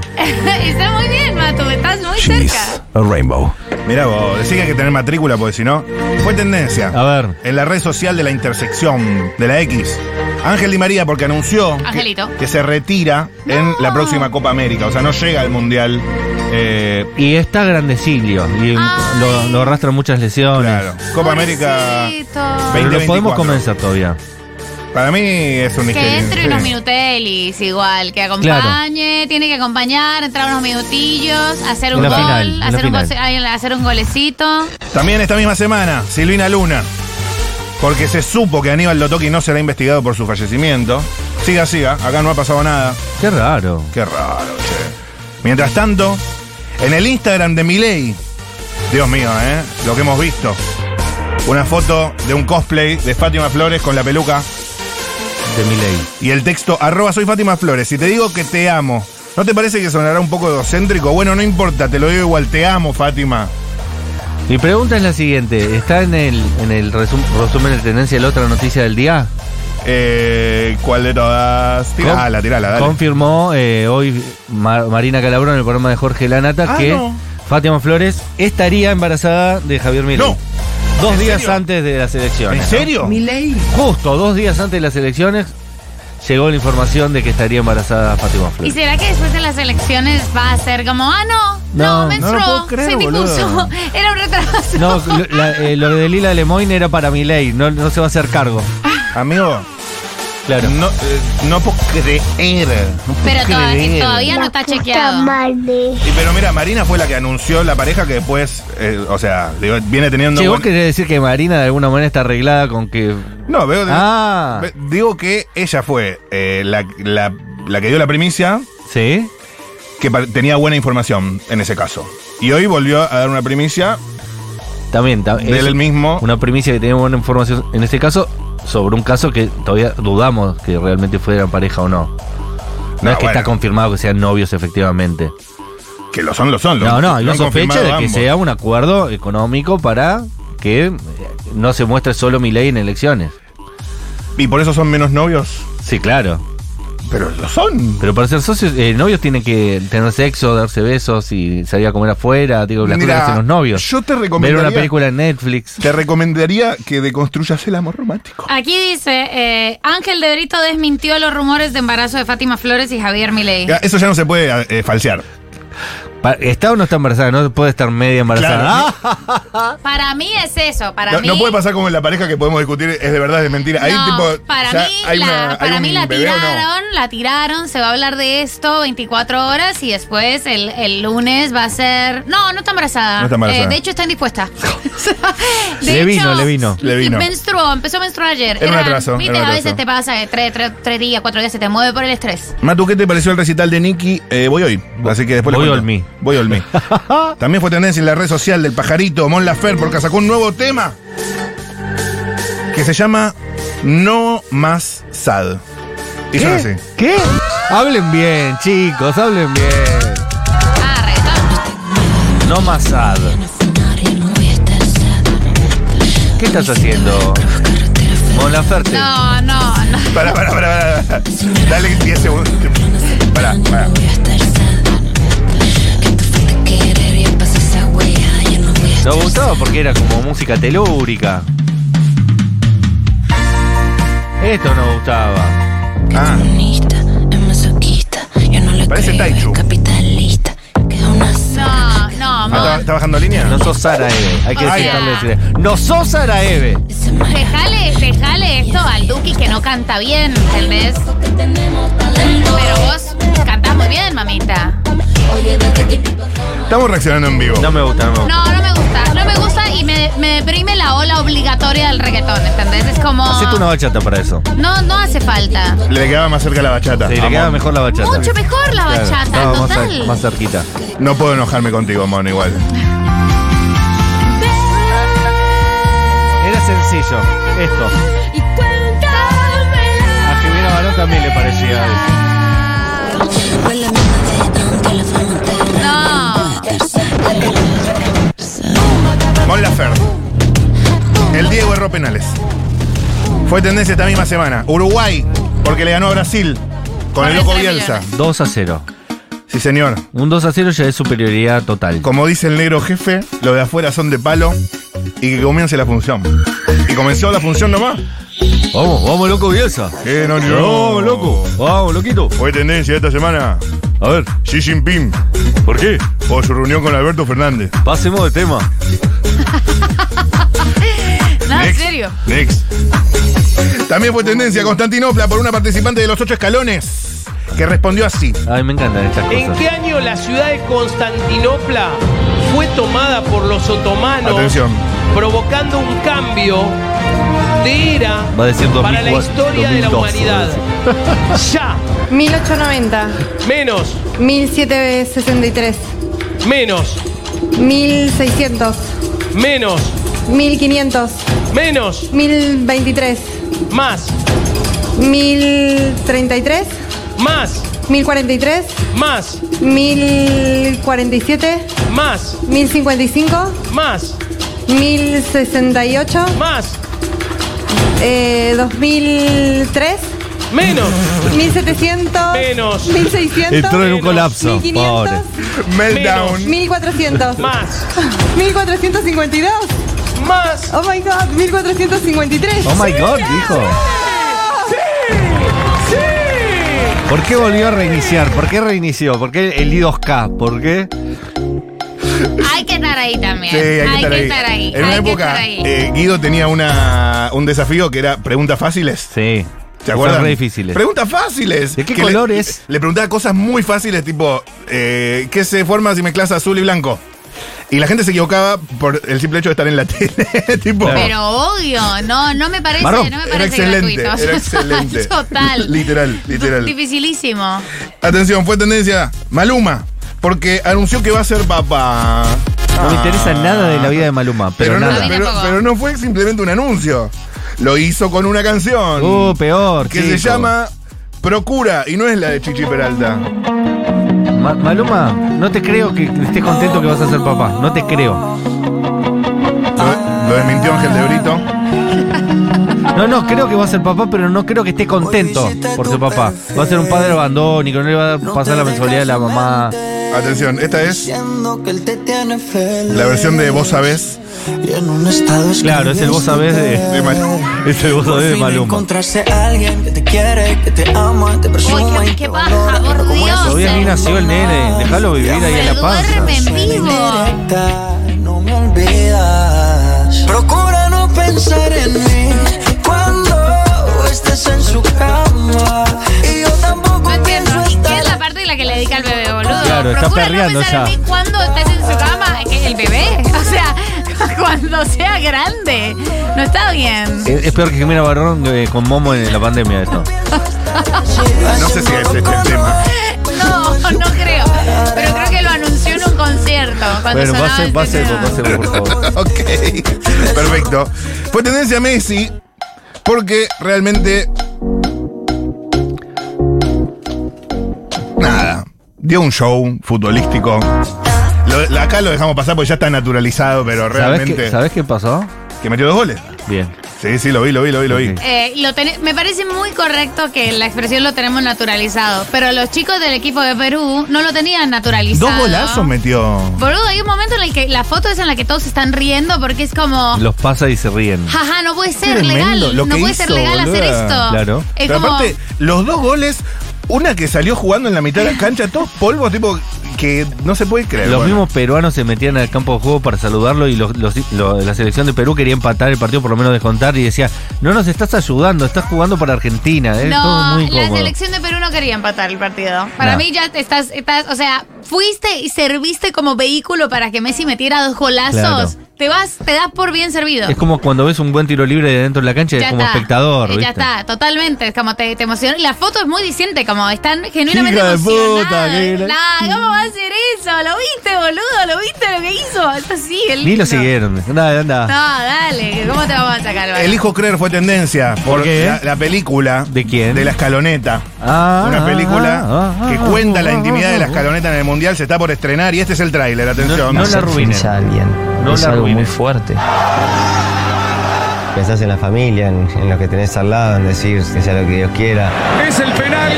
[SPEAKER 3] Está muy bien, Matu. Estás muy cerca.
[SPEAKER 11] a Rainbow.
[SPEAKER 4] Mira vos, decís que hay que tener matrícula porque si no. Fue tendencia.
[SPEAKER 10] A ver,
[SPEAKER 4] En la red social de la intersección de la X. Ángel Di María porque anunció que,
[SPEAKER 3] Angelito.
[SPEAKER 4] que se retira en la próxima Copa América. O sea, no llega al Mundial. Eh,
[SPEAKER 10] y está grandecillo y
[SPEAKER 3] Ay.
[SPEAKER 10] lo, lo arrastran muchas lesiones.
[SPEAKER 4] claro. Copa América.
[SPEAKER 3] Pobrecito.
[SPEAKER 10] Pero lo
[SPEAKER 4] 2024.
[SPEAKER 10] podemos comenzar todavía.
[SPEAKER 4] Para mí es un
[SPEAKER 3] Que entre unos
[SPEAKER 4] sí.
[SPEAKER 3] minutelis igual, que acompañe, tiene que acompañar, entrar unos minutillos, hacer un
[SPEAKER 10] Una
[SPEAKER 3] gol,
[SPEAKER 10] final, una
[SPEAKER 3] hacer, un
[SPEAKER 10] final.
[SPEAKER 3] goce- ay, hacer un golecito.
[SPEAKER 4] También esta misma semana, Silvina Luna. Porque se supo que Aníbal Lotoki no será investigado por su fallecimiento. Siga, siga, acá no ha pasado nada.
[SPEAKER 10] Qué raro.
[SPEAKER 4] Qué raro, che. Mientras tanto, en el Instagram de Milei, Dios mío, ¿eh? Lo que hemos visto. Una foto de un cosplay de Fátima Flores con la peluca
[SPEAKER 10] De mi
[SPEAKER 4] y el texto arroba soy Fátima Flores. Si te digo que te amo, ¿no te parece que sonará un poco egocéntrico? Bueno, no importa, te lo digo igual, te amo, Fátima.
[SPEAKER 10] Mi pregunta es la siguiente. ¿Está en el, en el resum- resumen de tendencia de la otra noticia del día?
[SPEAKER 4] Eh, ¿Cuál de todas? Tirala, tirala, dale.
[SPEAKER 10] Confirmó eh, hoy Ma- Marina Calabrón en el programa de Jorge Lanata
[SPEAKER 4] Ah,
[SPEAKER 10] que
[SPEAKER 4] no.
[SPEAKER 10] Fátima Flores estaría embarazada de Javier Milei.
[SPEAKER 4] No.
[SPEAKER 10] Dos
[SPEAKER 4] ¿En
[SPEAKER 10] días
[SPEAKER 4] serio?
[SPEAKER 10] antes de las elecciones.
[SPEAKER 4] ¿En
[SPEAKER 10] ¿no?
[SPEAKER 4] serio?
[SPEAKER 10] Justo dos días antes de las elecciones llegó la información de que estaría embarazada Fátima Flor.
[SPEAKER 3] ¿Y será que después de las elecciones va a ser como, ah, no, no,
[SPEAKER 10] No,
[SPEAKER 3] menstruó,
[SPEAKER 4] no lo puedo creer,
[SPEAKER 3] se
[SPEAKER 4] boludo.
[SPEAKER 3] dispuso, era un retraso?
[SPEAKER 10] No, lo, la- eh, lo de Lila Lemoyne era para mi ley, no, no se va a hacer cargo.
[SPEAKER 4] Amigo,
[SPEAKER 10] Claro.
[SPEAKER 4] no, eh, no puedo creer. no puedo
[SPEAKER 3] Pero toda-
[SPEAKER 4] creer.
[SPEAKER 3] todavía no está chequeado.
[SPEAKER 4] Y pero mira, Marina fue la que anunció la pareja que después, eh, o sea, digo, viene teniendo.
[SPEAKER 10] Che, vos
[SPEAKER 4] buen-
[SPEAKER 10] querés decir que Marina de alguna manera está arreglada con que.
[SPEAKER 4] No, veo.
[SPEAKER 10] Ah.
[SPEAKER 4] ve- Digo que ella fue eh, la, la- la que dio la primicia,
[SPEAKER 10] ¿Sí?
[SPEAKER 4] que pa- tenía buena información en ese caso. Y hoy volvió a dar una primicia
[SPEAKER 10] También, ta-
[SPEAKER 4] de
[SPEAKER 10] es
[SPEAKER 4] él mismo.
[SPEAKER 10] Una primicia que tenemos buena información en este caso sobre un caso que todavía dudamos que realmente fuera pareja o no. No,
[SPEAKER 4] No,
[SPEAKER 10] es que
[SPEAKER 4] bueno.
[SPEAKER 10] está confirmado que sean novios efectivamente.
[SPEAKER 4] Que lo son, lo son. lo-
[SPEAKER 10] no, no,
[SPEAKER 4] lo
[SPEAKER 10] hay una
[SPEAKER 4] han
[SPEAKER 10] sospecha
[SPEAKER 4] confirmado
[SPEAKER 10] de que
[SPEAKER 4] ambos.
[SPEAKER 10] sea un acuerdo económico para que eh, no se muestre solo mi ley en elecciones.
[SPEAKER 4] Y por eso son menos novios.
[SPEAKER 10] Sí, claro.
[SPEAKER 4] Pero lo son.
[SPEAKER 10] Pero para ser socios, eh, novios tienen que tener sexo, darse besos y salir a comer afuera, digo, las
[SPEAKER 4] Mira,
[SPEAKER 10] cosas que hacen los novios.
[SPEAKER 4] yo te
[SPEAKER 10] Ver
[SPEAKER 4] recomendaría-
[SPEAKER 10] una película en Netflix.
[SPEAKER 4] Te recomendaría que deconstruyas el amor romántico.
[SPEAKER 3] Aquí dice, eh, Ángel de Brito desmintió los rumores de embarazo de Fátima Flores y Javier Milei.
[SPEAKER 4] Ya, Eso ya no se puede eh, falsear.
[SPEAKER 10] Pa- ¿Está o no está embarazada? No puede estar media embarazada. ¡Ah!
[SPEAKER 3] Para mí es eso, para
[SPEAKER 4] No,
[SPEAKER 3] mí...
[SPEAKER 4] no puede pasar como en la pareja que podemos discutir, es de verdad, es mentira. Ahí,
[SPEAKER 3] No,
[SPEAKER 4] tipo,
[SPEAKER 3] para
[SPEAKER 4] ya
[SPEAKER 3] mí,
[SPEAKER 4] hay
[SPEAKER 3] la,
[SPEAKER 4] una- hay
[SPEAKER 3] para
[SPEAKER 4] un
[SPEAKER 3] mí la
[SPEAKER 4] bebé o no.
[SPEAKER 3] tiraron, la tiraron, se va a hablar de esto 24 horas y después el, el lunes va a ser... No, no está embarazada.
[SPEAKER 4] No está embarazada.
[SPEAKER 3] Eh, de hecho, está indispuesta. O sea, de
[SPEAKER 10] Le vino, le vino.
[SPEAKER 4] Le vino.
[SPEAKER 3] Menstruó, empezó a menstruar ayer.
[SPEAKER 4] Era un atraso,
[SPEAKER 3] Viste,
[SPEAKER 4] era un
[SPEAKER 3] a
[SPEAKER 4] atraso.
[SPEAKER 3] veces te pasa de tres, tres, tres días, cuatro días, se te mueve por el estrés.
[SPEAKER 4] Matu, ¿qué te pareció el recital de Nicky? Eh, voy hoy. Así que después les
[SPEAKER 10] Voy
[SPEAKER 4] cuento.
[SPEAKER 10] all me.
[SPEAKER 4] Voy all me. También fue tendencia en la red social del pajarito Mon Lafer porque sacó un nuevo tema que se llama No Más Sad. Y suena así.
[SPEAKER 10] ¿Qué? Hablen bien, chicos, hablen bien.
[SPEAKER 3] Ah, reggaetón.
[SPEAKER 10] No más sad. ¿Qué estás haciendo? Con la Ferte.
[SPEAKER 3] No, no, no.
[SPEAKER 4] Pará, pará, pará, pará. Dale 10 segundos. Pará, pará.
[SPEAKER 10] No gustaba porque era como música telúrica. Esto no gustaba.
[SPEAKER 4] Ah, Parece
[SPEAKER 5] Parece
[SPEAKER 4] Taichu.
[SPEAKER 5] Capitalista. Que es una zorra,
[SPEAKER 3] No, no,
[SPEAKER 4] ah, ¿está,
[SPEAKER 3] amor.
[SPEAKER 4] está bajando línea?
[SPEAKER 10] No sos Sara Eve. Hay que
[SPEAKER 3] O
[SPEAKER 10] decir-
[SPEAKER 3] sea-
[SPEAKER 10] también decirle. No sos Sara Eve.
[SPEAKER 5] que se maneja
[SPEAKER 3] Dejale, dejale esto al Duki que no canta bien, ¿entendés? Pero vos cantás muy bien, mamita.
[SPEAKER 4] Estamos reaccionando en vivo.
[SPEAKER 10] No me gusta, no me gusta.
[SPEAKER 3] No, no me gusta. No me gusta y me, me deprime la ola obligatoria del reggaetón, ¿entendés? Es como...
[SPEAKER 10] Hacete una bachata para eso.
[SPEAKER 3] No, no hace falta.
[SPEAKER 4] Le quedaba más cerca la bachata.
[SPEAKER 10] Sí, le
[SPEAKER 4] A
[SPEAKER 10] queda
[SPEAKER 4] Mon.
[SPEAKER 10] mejor la bachata.
[SPEAKER 3] Mucho mejor la
[SPEAKER 10] Claro,
[SPEAKER 3] bachata,
[SPEAKER 10] estaba más
[SPEAKER 3] total.
[SPEAKER 10] cer- más cerquita.
[SPEAKER 4] No puedo enojarme contigo, Mon, igual.
[SPEAKER 10] Era sencillo. Esto. A Jimena Barón también le parecía.
[SPEAKER 5] con la misma de aunque la fama te
[SPEAKER 3] No.
[SPEAKER 4] Mon Lafer. El Diego erró penales. Fue tendencia esta misma semana. Uruguay, porque le ganó a Brasil. Con el loco
[SPEAKER 3] 43
[SPEAKER 4] Bielsa.
[SPEAKER 10] 2 a 0.
[SPEAKER 4] Sí, señor.
[SPEAKER 10] Un 2 a 0 ya es superioridad total.
[SPEAKER 4] Como dice el negro jefe, los de afuera son de palo y que comience la función. Y comenzó la función nomás.
[SPEAKER 10] Vamos, vamos, loco Bielsa.
[SPEAKER 4] Eh, no,
[SPEAKER 10] Vamos, loco. Vamos, loquito.
[SPEAKER 4] Fue tendencia esta semana.
[SPEAKER 10] A ver,
[SPEAKER 4] Xi Jinping.
[SPEAKER 10] ¿por qué?
[SPEAKER 4] Por su reunión con Alberto Fernández.
[SPEAKER 10] Pasemos de tema.
[SPEAKER 3] No, Ah, en
[SPEAKER 4] Next.
[SPEAKER 3] serio.
[SPEAKER 4] Next. También fue tendencia Constantinopla por una participante de los ocho escalones que respondió así.
[SPEAKER 10] Ay, me encantan estas
[SPEAKER 7] ¿En qué
[SPEAKER 10] cosas.
[SPEAKER 7] año la ciudad de Constantinopla fue tomada por los
[SPEAKER 3] Ah,
[SPEAKER 7] otomanos,
[SPEAKER 4] Atención.
[SPEAKER 7] provocando un cambio de era
[SPEAKER 10] Va a decir 2004,
[SPEAKER 7] para la historia de la
[SPEAKER 10] 2012,
[SPEAKER 7] humanidad? ya,
[SPEAKER 6] 1890,
[SPEAKER 7] menos,
[SPEAKER 6] 1763,
[SPEAKER 7] menos,
[SPEAKER 6] 1600,
[SPEAKER 7] menos,
[SPEAKER 6] 1500,
[SPEAKER 7] menos,
[SPEAKER 6] 1023,
[SPEAKER 7] más,
[SPEAKER 6] 1033,
[SPEAKER 7] más,
[SPEAKER 6] 1043,
[SPEAKER 7] más,
[SPEAKER 6] 1047,
[SPEAKER 7] más,
[SPEAKER 6] 1055,
[SPEAKER 7] más,
[SPEAKER 6] 1068,
[SPEAKER 7] más,
[SPEAKER 6] eh, 2003,
[SPEAKER 7] menos.
[SPEAKER 6] 1700,
[SPEAKER 7] Menos.
[SPEAKER 6] 1600,
[SPEAKER 10] Entró en un colapso,
[SPEAKER 6] 1500,
[SPEAKER 4] Meltdown.
[SPEAKER 6] 1400.
[SPEAKER 7] Más,
[SPEAKER 6] 1452.
[SPEAKER 7] más.
[SPEAKER 6] Oh my god, 1453.
[SPEAKER 10] Oh my god, dijo.
[SPEAKER 7] ¡Sí!
[SPEAKER 1] ¿Por qué volvió a reiniciar? ¿Por qué reinició? ¿Por qué el I2K? ¿Por qué?
[SPEAKER 3] Hay que estar ahí también.
[SPEAKER 4] Sí, hay que estar ahí. En una
[SPEAKER 3] hay que
[SPEAKER 4] época,
[SPEAKER 3] estar ahí.
[SPEAKER 4] eh, Guido tenía una, un desafío que era preguntas fáciles.
[SPEAKER 1] Sí.
[SPEAKER 4] ¿Se acuerdan?
[SPEAKER 1] Son re difíciles.
[SPEAKER 4] Preguntas fáciles.
[SPEAKER 1] ¿De qué
[SPEAKER 4] le-
[SPEAKER 1] colores?
[SPEAKER 4] Le, preguntaba cosas muy fáciles, tipo, eh, ¿qué se forma si mezclas azul y blanco? Y la gente se equivocaba por el simple hecho de estar en la tele. tipo,
[SPEAKER 3] Pero obvio, no, no me parece,
[SPEAKER 4] Marrón,
[SPEAKER 3] no me
[SPEAKER 4] era
[SPEAKER 3] parece
[SPEAKER 4] excelente,
[SPEAKER 3] gratuito.
[SPEAKER 4] era excelente.
[SPEAKER 3] Total.
[SPEAKER 4] Literal, literal.
[SPEAKER 3] Dificilísimo.
[SPEAKER 4] atención, fue tendencia. Maluma, porque anunció que va a ser papá.
[SPEAKER 1] No me interesa nada de la vida de Maluma, pero,
[SPEAKER 4] no,
[SPEAKER 1] nada.
[SPEAKER 3] A mí
[SPEAKER 4] Ah. pero-
[SPEAKER 3] tampoco.
[SPEAKER 4] pero no fue simplemente un anuncio. Lo hizo con una canción.
[SPEAKER 1] Uh, peor.
[SPEAKER 4] que se
[SPEAKER 1] chico.
[SPEAKER 4] llama Procura y no es la de Chichi Peralta.
[SPEAKER 1] Ma- Maluma, no te creo que estés contento que vas a ser papá. No te creo.
[SPEAKER 4] Lo, lo desmintió Ángel de Brito.
[SPEAKER 1] No, no, creo que va a ser papá, pero no creo que esté contento por su papá. Va a ser un padre abandónico, no le va a pasar la mensualidad de la mamá.
[SPEAKER 4] Atención, esta es la versión de Vos sabés
[SPEAKER 1] Claro, es el vos sabés de.
[SPEAKER 4] de Maluma.
[SPEAKER 1] Es el vos sabés de Maluma.
[SPEAKER 3] Uy, qué, qué paja, por Dios.
[SPEAKER 1] Todavía ni nació el nene. Déjalo vivir ahí en
[SPEAKER 3] Se
[SPEAKER 1] la panza.
[SPEAKER 3] duerme en vivo.
[SPEAKER 9] No me olvidas. Procura no pensar en mí cuando estés en su cama. Y yo tampoco
[SPEAKER 3] No entiendo.
[SPEAKER 9] pienso
[SPEAKER 3] ¿Y qué es
[SPEAKER 9] estar
[SPEAKER 3] la parte de la que le dedica al bebé, boludo?
[SPEAKER 1] Claro, está
[SPEAKER 3] Procura
[SPEAKER 1] perreando
[SPEAKER 3] no pensar
[SPEAKER 1] ya.
[SPEAKER 3] en mí cuando estés en su cama, que el bebé. O sea, cuando sea grande. No está bien.
[SPEAKER 1] Es, es peor que Jimena Barrón eh, con Momo en la pandemia esto.
[SPEAKER 4] No sé si es este el tema.
[SPEAKER 3] No, no creo. Pero creo que lo anunció en un concierto. Cuando
[SPEAKER 1] Bueno,
[SPEAKER 3] sonaba
[SPEAKER 1] pase,
[SPEAKER 3] este
[SPEAKER 1] pase,
[SPEAKER 3] tema.
[SPEAKER 1] pase, por favor.
[SPEAKER 4] ok, perfecto. Fue tendencia a Messi porque realmente. Nada. Dio un show futbolístico. Lo- acá lo dejamos pasar porque ya está naturalizado, pero
[SPEAKER 1] ¿Sabés
[SPEAKER 4] realmente.
[SPEAKER 1] qué, ¿Sabés qué pasó?
[SPEAKER 4] Que metió dos goles.
[SPEAKER 1] Bien.
[SPEAKER 4] Sí, sí, lo vi, lo vi, lo vi, lo vi.
[SPEAKER 1] Ok.
[SPEAKER 3] Eh, lo tené- me parece muy correcto que la expresión lo tenemos naturalizado, pero los chicos del equipo de Perú no lo tenían naturalizado.
[SPEAKER 4] Dos golazos metió.
[SPEAKER 3] Boludo, hay un momento en el que la foto es en la que todos están riendo porque es como,
[SPEAKER 1] Los pasa y se ríen.
[SPEAKER 4] Eh,
[SPEAKER 3] jaja, no puede ser
[SPEAKER 4] Tremendo,
[SPEAKER 3] legal,
[SPEAKER 4] lo
[SPEAKER 3] no
[SPEAKER 4] que
[SPEAKER 3] puede
[SPEAKER 4] hizo,
[SPEAKER 3] ser legal hacer
[SPEAKER 4] boluda.
[SPEAKER 3] esto.
[SPEAKER 1] Claro.
[SPEAKER 3] Es
[SPEAKER 4] Pero
[SPEAKER 3] como,
[SPEAKER 4] aparte, los dos goles, una que salió jugando en la mitad de la cancha, todos polvos, tipo, que no se puede creer.
[SPEAKER 1] Los
[SPEAKER 4] Bueno,
[SPEAKER 1] mismos peruanos se metían al campo de juego para saludarlo y los- los- lo- la selección de Perú quería empatar el partido, por lo menos descontar, y decía, no nos estás ayudando, estás jugando para Argentina. Es todo
[SPEAKER 3] no,
[SPEAKER 1] muy
[SPEAKER 3] la
[SPEAKER 1] incómodo.
[SPEAKER 3] selección de Perú no quería empatar el partido. Para
[SPEAKER 1] No.
[SPEAKER 3] mí ya te estás, estás, o sea, fuiste y serviste como vehículo para que Messi metiera dos golazos.
[SPEAKER 1] Claro.
[SPEAKER 3] Te vas, te das por bien servido.
[SPEAKER 1] Es como cuando ves un buen tiro libre de dentro de la cancha, es
[SPEAKER 3] Ya
[SPEAKER 1] como
[SPEAKER 3] está.
[SPEAKER 1] espectador.
[SPEAKER 3] Eh, Ya
[SPEAKER 1] ¿viste?
[SPEAKER 3] está, totalmente. Es como te, te emociona. Y La foto es muy disciente, como están genuinamente
[SPEAKER 1] Hija de puta,
[SPEAKER 3] emocionadas.
[SPEAKER 1] que-
[SPEAKER 3] Nah, ¿Cómo va a hacer eso? ¿Lo viste, boludo? ¿Lo viste lo que hizo? Es así, el
[SPEAKER 1] Ni
[SPEAKER 3] lindo.
[SPEAKER 1] lo siguieron. Anda, anda.
[SPEAKER 3] No, dale, que ¿cómo te vamos a sacar? boludo?
[SPEAKER 4] Elijo creer fue tendencia por
[SPEAKER 1] ¿Por qué?
[SPEAKER 4] La, la película
[SPEAKER 1] ¿De quién?
[SPEAKER 4] de la escaloneta.
[SPEAKER 1] Ah,
[SPEAKER 4] Una
[SPEAKER 1] ah,
[SPEAKER 4] película
[SPEAKER 1] ah, ah,
[SPEAKER 4] que
[SPEAKER 1] ah,
[SPEAKER 4] cuenta
[SPEAKER 1] ah,
[SPEAKER 4] la
[SPEAKER 1] ah,
[SPEAKER 4] intimidad de la
[SPEAKER 1] ah,
[SPEAKER 4] escaloneta en el mundial, se está por estrenar y este es el tráiler,
[SPEAKER 1] No,
[SPEAKER 4] atención.
[SPEAKER 1] no la arruinen.
[SPEAKER 12] a alguien.
[SPEAKER 1] No
[SPEAKER 12] es
[SPEAKER 1] la
[SPEAKER 12] algo
[SPEAKER 1] arruinen.
[SPEAKER 12] muy fuerte. Pensás en la familia, en, en lo que tenés al lado, en decir que sea lo que Dios quiera.
[SPEAKER 13] Es el penal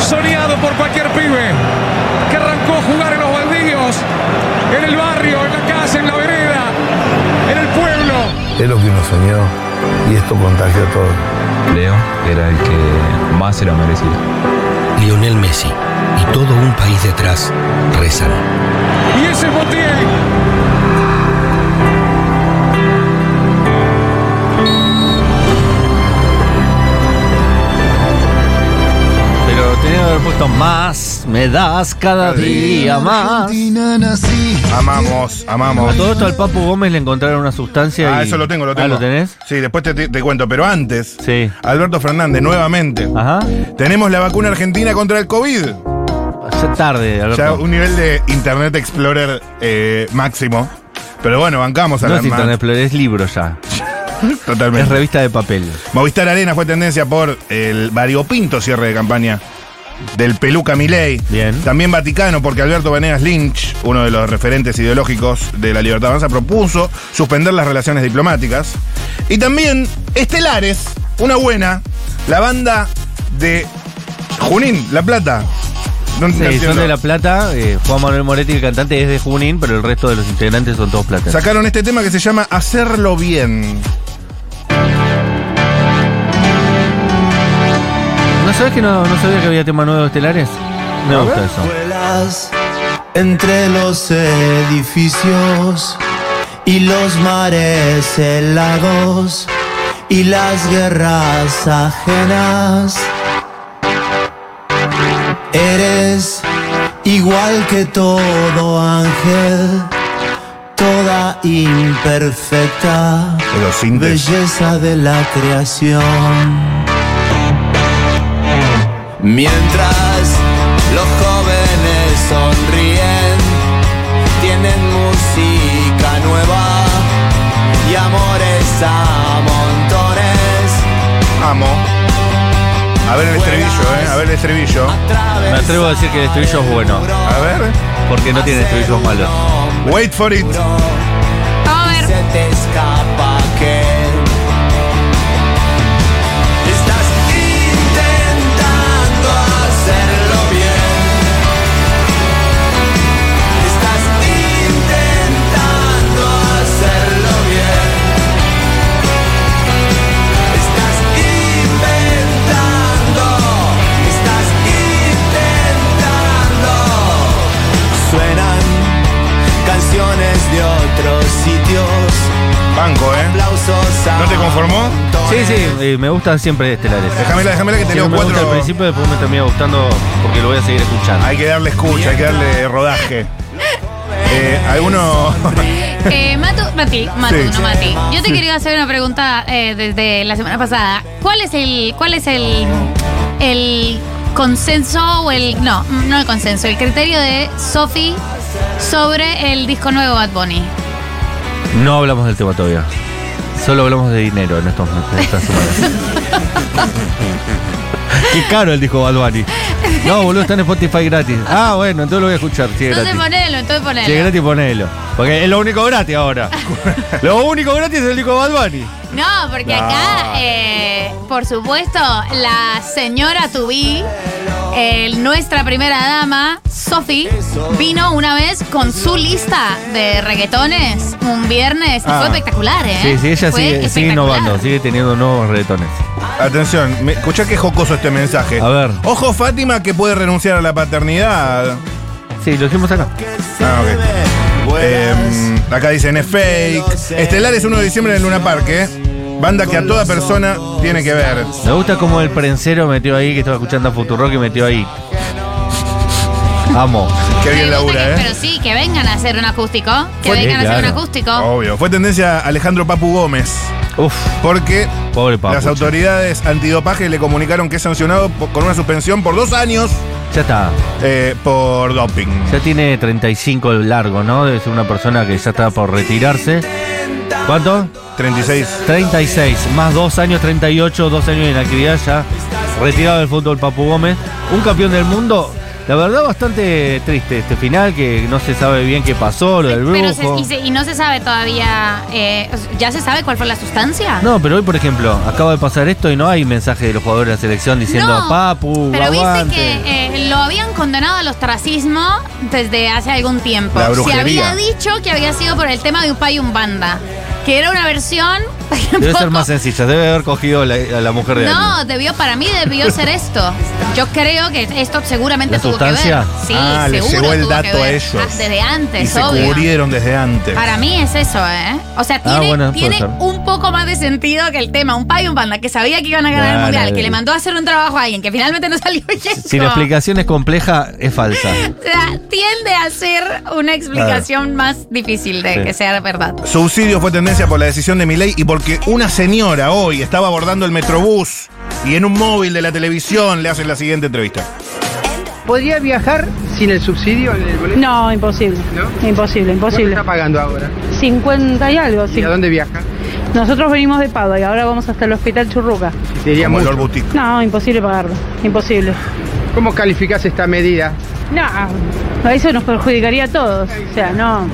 [SPEAKER 13] soñado por cualquier pibe que arrancó a jugar en los baldíos, en el barrio, en la casa, en la vereda, en el pueblo.
[SPEAKER 14] Es lo que uno soñó y esto contagia a todos.
[SPEAKER 12] Leo era el que más se lo merecía.
[SPEAKER 14] Lionel Messi y todo un país detrás rezan.
[SPEAKER 13] Y ese es Montiel.
[SPEAKER 1] Pero tenía que haber puesto más, me das cada día más.
[SPEAKER 4] Amamos,
[SPEAKER 1] A
[SPEAKER 4] amamos.
[SPEAKER 1] todo esto al Papu Gómez le encontraron una sustancia.
[SPEAKER 4] Ah,
[SPEAKER 1] y-
[SPEAKER 4] eso lo tengo, lo tengo.
[SPEAKER 1] Ah, ¿lo tenés?
[SPEAKER 4] Sí, después te, te- te cuento, pero antes,
[SPEAKER 1] Sí.
[SPEAKER 4] Alberto Fernández, nuevamente.
[SPEAKER 1] Ajá.
[SPEAKER 4] Tenemos la vacuna argentina contra el COVID.
[SPEAKER 1] Ya tarde, Alberto.
[SPEAKER 4] Ya un nivel de Internet Explorer eh, máximo. Pero bueno, bancamos a
[SPEAKER 1] No
[SPEAKER 4] la
[SPEAKER 1] es Internet Explorer, es libro ya. Es
[SPEAKER 4] Totalmente.
[SPEAKER 1] revista de papel.
[SPEAKER 4] Movistar Arena fue tendencia por el variopinto cierre de campaña del Peluca Milei.
[SPEAKER 1] Bien.
[SPEAKER 4] También Vaticano, porque Alberto Venegas Lynch, uno de los referentes ideológicos de la libertad avanza, propuso suspender las relaciones diplomáticas. Y también Estelares, una buena, la banda de Junín, La Plata. No- no
[SPEAKER 1] Sí, son
[SPEAKER 4] entiendo.
[SPEAKER 1] de La Plata, eh, Juan Manuel Moretti, el cantante, es de Junín, pero el resto de los integrantes son todos plateros.
[SPEAKER 4] Sacaron este tema que se llama Hacerlo Bien.
[SPEAKER 1] No ¿No sabes que no, no sabía que había tema nuevo de estelares? Me gusta eso.
[SPEAKER 10] Vuelas entre los edificios y los mares helados y las guerras ajenas. Eres igual que todo ángel, toda imperfecta, belleza de la creación. Mientras los jóvenes sonríen, tienen música nueva y amores a montones.
[SPEAKER 4] Amo. A ver el estribillo, eh. A ver el estribillo.
[SPEAKER 1] Me atrevo a decir que el estribillo es bueno.
[SPEAKER 4] A ver.
[SPEAKER 1] Porque no tiene estribillos malos.
[SPEAKER 4] Wait for it.
[SPEAKER 10] Y se te escapa que estás intentando hacerlo bien. Estás intentando hacerlo bien. Estás inventando. Estás intentando. Suenan canciones de otros sitios.
[SPEAKER 4] Banco, ¿eh?
[SPEAKER 10] Aplausos a
[SPEAKER 4] ¿No te conformó?
[SPEAKER 1] Sí, sí, eh, me gusta siempre estelares.
[SPEAKER 4] Déjamela, déjamela que te
[SPEAKER 1] Si
[SPEAKER 4] leo
[SPEAKER 1] no me gusta
[SPEAKER 4] cuatro-
[SPEAKER 1] al principio, después me termina gustando porque lo voy a seguir escuchando.
[SPEAKER 4] Hay que darle escucha, hay que darle rodaje. Eh, alguno.
[SPEAKER 3] Eh, Matu, Mati, Matu,
[SPEAKER 4] Sí.
[SPEAKER 3] no Mati. Yo te
[SPEAKER 4] Sí.
[SPEAKER 3] quería hacer una pregunta eh, desde la semana pasada. ¿Cuál es el, cuál es el, el consenso o el no, no el consenso, el criterio de Sofi sobre el disco nuevo Bad Bunny?
[SPEAKER 1] No hablamos del tema todavía. Solo hablamos de dinero en, estos, en estas semanas. Qué caro el disco Bad Bunny. No, boludo, está en Spotify gratis. Ah, bueno, entonces lo voy a escuchar. Sí, es
[SPEAKER 3] Entonces
[SPEAKER 1] gratis.
[SPEAKER 3] ponelo, entonces
[SPEAKER 1] Sí, es
[SPEAKER 3] ponelo.
[SPEAKER 1] gratis, ponelo. Porque es lo único gratis ahora. lo único gratis es el disco Bad Bunny.
[SPEAKER 3] No, porque acá, eh, por supuesto, la señora Tubí, eh, nuestra primera dama, Sofi, vino una vez con su lista de reggaetones un viernes. y
[SPEAKER 4] Ah.
[SPEAKER 3] Fue espectacular, ¿eh?
[SPEAKER 1] Sí, sí, ella
[SPEAKER 3] Fue
[SPEAKER 1] sigue, sigue
[SPEAKER 3] espectacular.
[SPEAKER 1] innovando, sigue teniendo nuevos reggaetones.
[SPEAKER 4] Atención, me, escuchá que jocoso este mensaje.
[SPEAKER 1] A ver.
[SPEAKER 4] Ojo, Fátima, que puede renunciar a la paternidad.
[SPEAKER 1] Sí, lo dijimos acá.
[SPEAKER 4] Ah, ok. Em, acá dicen es fake. Estelar es 1 de diciembre en el Luna Park, ¿eh? Banda que a toda persona tiene que ver.
[SPEAKER 1] Me gusta como el prensero metió ahí, que estaba escuchando a Futurock y metió ahí. Amo.
[SPEAKER 4] Qué bien
[SPEAKER 3] Me gusta
[SPEAKER 4] labura,
[SPEAKER 3] que-
[SPEAKER 4] ¿eh?
[SPEAKER 3] Pero sí, que vengan a hacer un acústico. Que
[SPEAKER 1] Fue-
[SPEAKER 3] vengan
[SPEAKER 1] Sí,
[SPEAKER 3] a hacer un
[SPEAKER 1] claro.
[SPEAKER 3] acústico.
[SPEAKER 4] Obvio. Fue tendencia Alejandro Papu Gómez.
[SPEAKER 1] Uf,
[SPEAKER 4] Porque
[SPEAKER 1] pobre Papu.
[SPEAKER 4] las autoridades antidopaje le comunicaron que es sancionado po- con una suspensión por dos años
[SPEAKER 1] Ya está.
[SPEAKER 4] eh, por doping.
[SPEAKER 1] Ya tiene 35 largo, ¿no? Debe ser una persona que ya está por retirarse. ¿Cuánto?
[SPEAKER 4] 36.
[SPEAKER 1] 36, más dos años, 38, dos años de inactividad ya. Retirado del fútbol Papu Gómez. Un campeón del mundo. La verdad, bastante triste este final, que no se sabe bien qué pasó, lo del
[SPEAKER 3] Pero se-
[SPEAKER 1] brujo.
[SPEAKER 3] y, se- y no se sabe todavía. eh, ¿Ya se sabe cuál fue la sustancia?
[SPEAKER 1] No, pero hoy, por ejemplo, acaba de pasar esto y no hay mensaje de los jugadores de la selección diciendo
[SPEAKER 3] No,
[SPEAKER 1] Papu,
[SPEAKER 3] Pero
[SPEAKER 1] aguante.
[SPEAKER 3] viste que eh, lo habían condenado al ostracismo desde hace algún tiempo.
[SPEAKER 4] La
[SPEAKER 3] Se
[SPEAKER 4] brujería.
[SPEAKER 3] había dicho que había sido por el tema de Upay Umbanda, que era una versión. un
[SPEAKER 1] Debe
[SPEAKER 3] poco-
[SPEAKER 1] ser más sencilla, debe haber cogido la- a la mujer de alguien.
[SPEAKER 3] No, debió, para mí debió ser esto. Yo creo que esto seguramente
[SPEAKER 1] ¿La
[SPEAKER 3] tuvo
[SPEAKER 1] sustancia?
[SPEAKER 3] que ver. Sí,
[SPEAKER 4] Ah, les
[SPEAKER 3] seguro
[SPEAKER 4] llegó el
[SPEAKER 3] tuvo que
[SPEAKER 4] dato a
[SPEAKER 3] ver.
[SPEAKER 4] ellos.
[SPEAKER 3] Ah, Desde antes,
[SPEAKER 4] Y se
[SPEAKER 3] obvio.
[SPEAKER 4] cubrieron desde antes.
[SPEAKER 3] Para mí es eso, ¿eh? O sea, tiene,
[SPEAKER 1] Ah, bueno, puede
[SPEAKER 3] tiene
[SPEAKER 1] ser.
[SPEAKER 3] un poco más de sentido que el tema. Un pay, un panda que sabía que iban a ganar el
[SPEAKER 1] Claro,
[SPEAKER 3] mundial, que
[SPEAKER 1] el-
[SPEAKER 3] le mandó a hacer un trabajo a alguien que finalmente no salió bien.
[SPEAKER 1] Si la explicación es compleja, es falsa.
[SPEAKER 3] O sea, tiende a ser una explicación más difícil de
[SPEAKER 1] Sí.
[SPEAKER 3] que sea verdad.
[SPEAKER 4] Subsidio fue tendencia por la decisión de Milei y porque una señora hoy estaba abordando el Metrobús y en un móvil de la televisión le hacen la siguiente entrevista.
[SPEAKER 15] ¿Podría viajar sin el subsidio? El boleto?
[SPEAKER 16] No, imposible. Imposible,
[SPEAKER 15] ¿Cuánto
[SPEAKER 16] imposible.
[SPEAKER 15] está pagando ahora?
[SPEAKER 16] 50 y algo, sí.
[SPEAKER 15] ¿Y a dónde viaja?
[SPEAKER 16] Nosotros venimos de Pado y ahora vamos hasta el hospital Churruca.
[SPEAKER 15] Diría
[SPEAKER 4] Como
[SPEAKER 15] mucho.
[SPEAKER 4] Lord Boutique.
[SPEAKER 16] No, imposible pagarlo. Imposible.
[SPEAKER 15] ¿Cómo calificás esta medida?
[SPEAKER 16] No, eso nos perjudicaría a todos. O sea, no,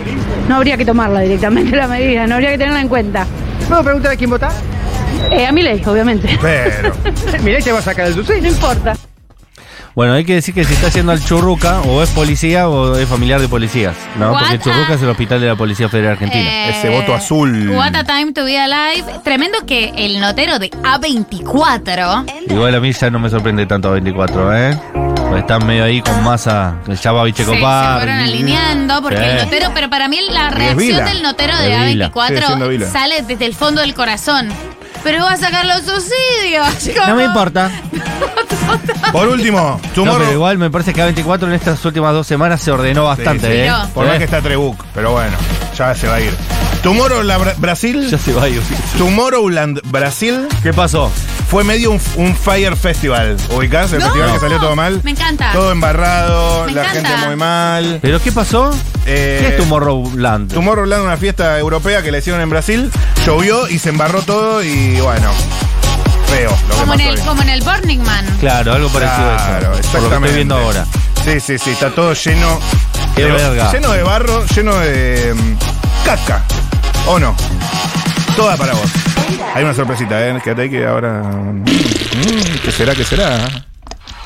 [SPEAKER 16] no habría que tomarla directamente la medida, no habría que tenerla en cuenta.
[SPEAKER 15] ¿Puedo preguntar a quién votás?
[SPEAKER 16] Eh, a mi ley, obviamente.
[SPEAKER 4] Pero.
[SPEAKER 15] Mirá, te va a sacar el subsidio.
[SPEAKER 16] No importa.
[SPEAKER 1] Bueno, hay que decir que si está haciendo al Churruca, o es policía o es familiar de policías. No,
[SPEAKER 3] What
[SPEAKER 1] porque Churruca
[SPEAKER 3] a-
[SPEAKER 1] es el hospital de la Policía Federal Argentina.
[SPEAKER 3] Eh, Ese voto
[SPEAKER 1] azul.
[SPEAKER 3] What a time to be alive. Tremendo que el notero de A24.
[SPEAKER 1] Igual a mí ya no me sorprende tanto a 24, ¿eh? Porque están medio ahí con masa. Ya va
[SPEAKER 3] Se, se
[SPEAKER 1] Bichecopar.
[SPEAKER 3] fueron alineando porque
[SPEAKER 1] Sí.
[SPEAKER 3] el notero, pero para mí la
[SPEAKER 1] Es
[SPEAKER 3] reacción
[SPEAKER 1] Vila.
[SPEAKER 3] del notero de
[SPEAKER 1] Es Vila. Sigue siendo
[SPEAKER 3] A24
[SPEAKER 1] Vila.
[SPEAKER 3] sale desde el fondo del corazón. Pero va a sacar los subsidios.
[SPEAKER 1] No
[SPEAKER 3] como-
[SPEAKER 1] me importa.
[SPEAKER 4] Por último,
[SPEAKER 1] No, pero igual me parece que A24 en estas últimas dos semanas se ordenó bastante,
[SPEAKER 4] Sí, sí.
[SPEAKER 1] ¿eh?
[SPEAKER 4] Por más que está Trebuch, pero bueno, ya se va a ir. Tomorrow la Bra- Brasil. Ya
[SPEAKER 1] se va a ir.
[SPEAKER 4] Tomorrowland Brasil.
[SPEAKER 1] ¿Qué pasó?
[SPEAKER 4] Fue medio un, un Fire Festival. ¿Ubicás? El
[SPEAKER 3] No,
[SPEAKER 4] festival que salió todo mal.
[SPEAKER 3] Me encanta.
[SPEAKER 4] Todo embarrado,
[SPEAKER 3] Me
[SPEAKER 4] la
[SPEAKER 3] encanta.
[SPEAKER 4] gente muy mal.
[SPEAKER 1] ¿Pero qué pasó?
[SPEAKER 4] Eh,
[SPEAKER 1] ¿Qué es Tomorrowland?
[SPEAKER 4] Tomorrowland, una fiesta europea que le hicieron en Brasil. Llovió y se embarró todo y bueno. Feo lo que
[SPEAKER 3] Como en,
[SPEAKER 4] pasó
[SPEAKER 3] el,
[SPEAKER 4] ahí.
[SPEAKER 3] como en el Burning Man.
[SPEAKER 1] Claro, algo parecido
[SPEAKER 4] Claro,
[SPEAKER 1] a eso. Por lo que estoy
[SPEAKER 4] exactamente.
[SPEAKER 1] viendo ahora.
[SPEAKER 4] Sí, sí, sí, está todo lleno.
[SPEAKER 1] Qué
[SPEAKER 4] de,
[SPEAKER 1] verga.
[SPEAKER 4] Lleno de barro, lleno de mm, casca. ¿O no? Toda para vos. Hay una sorpresita, ¿eh? Quédate ahí que ahora. mm, ¿Qué será? ¿Qué será?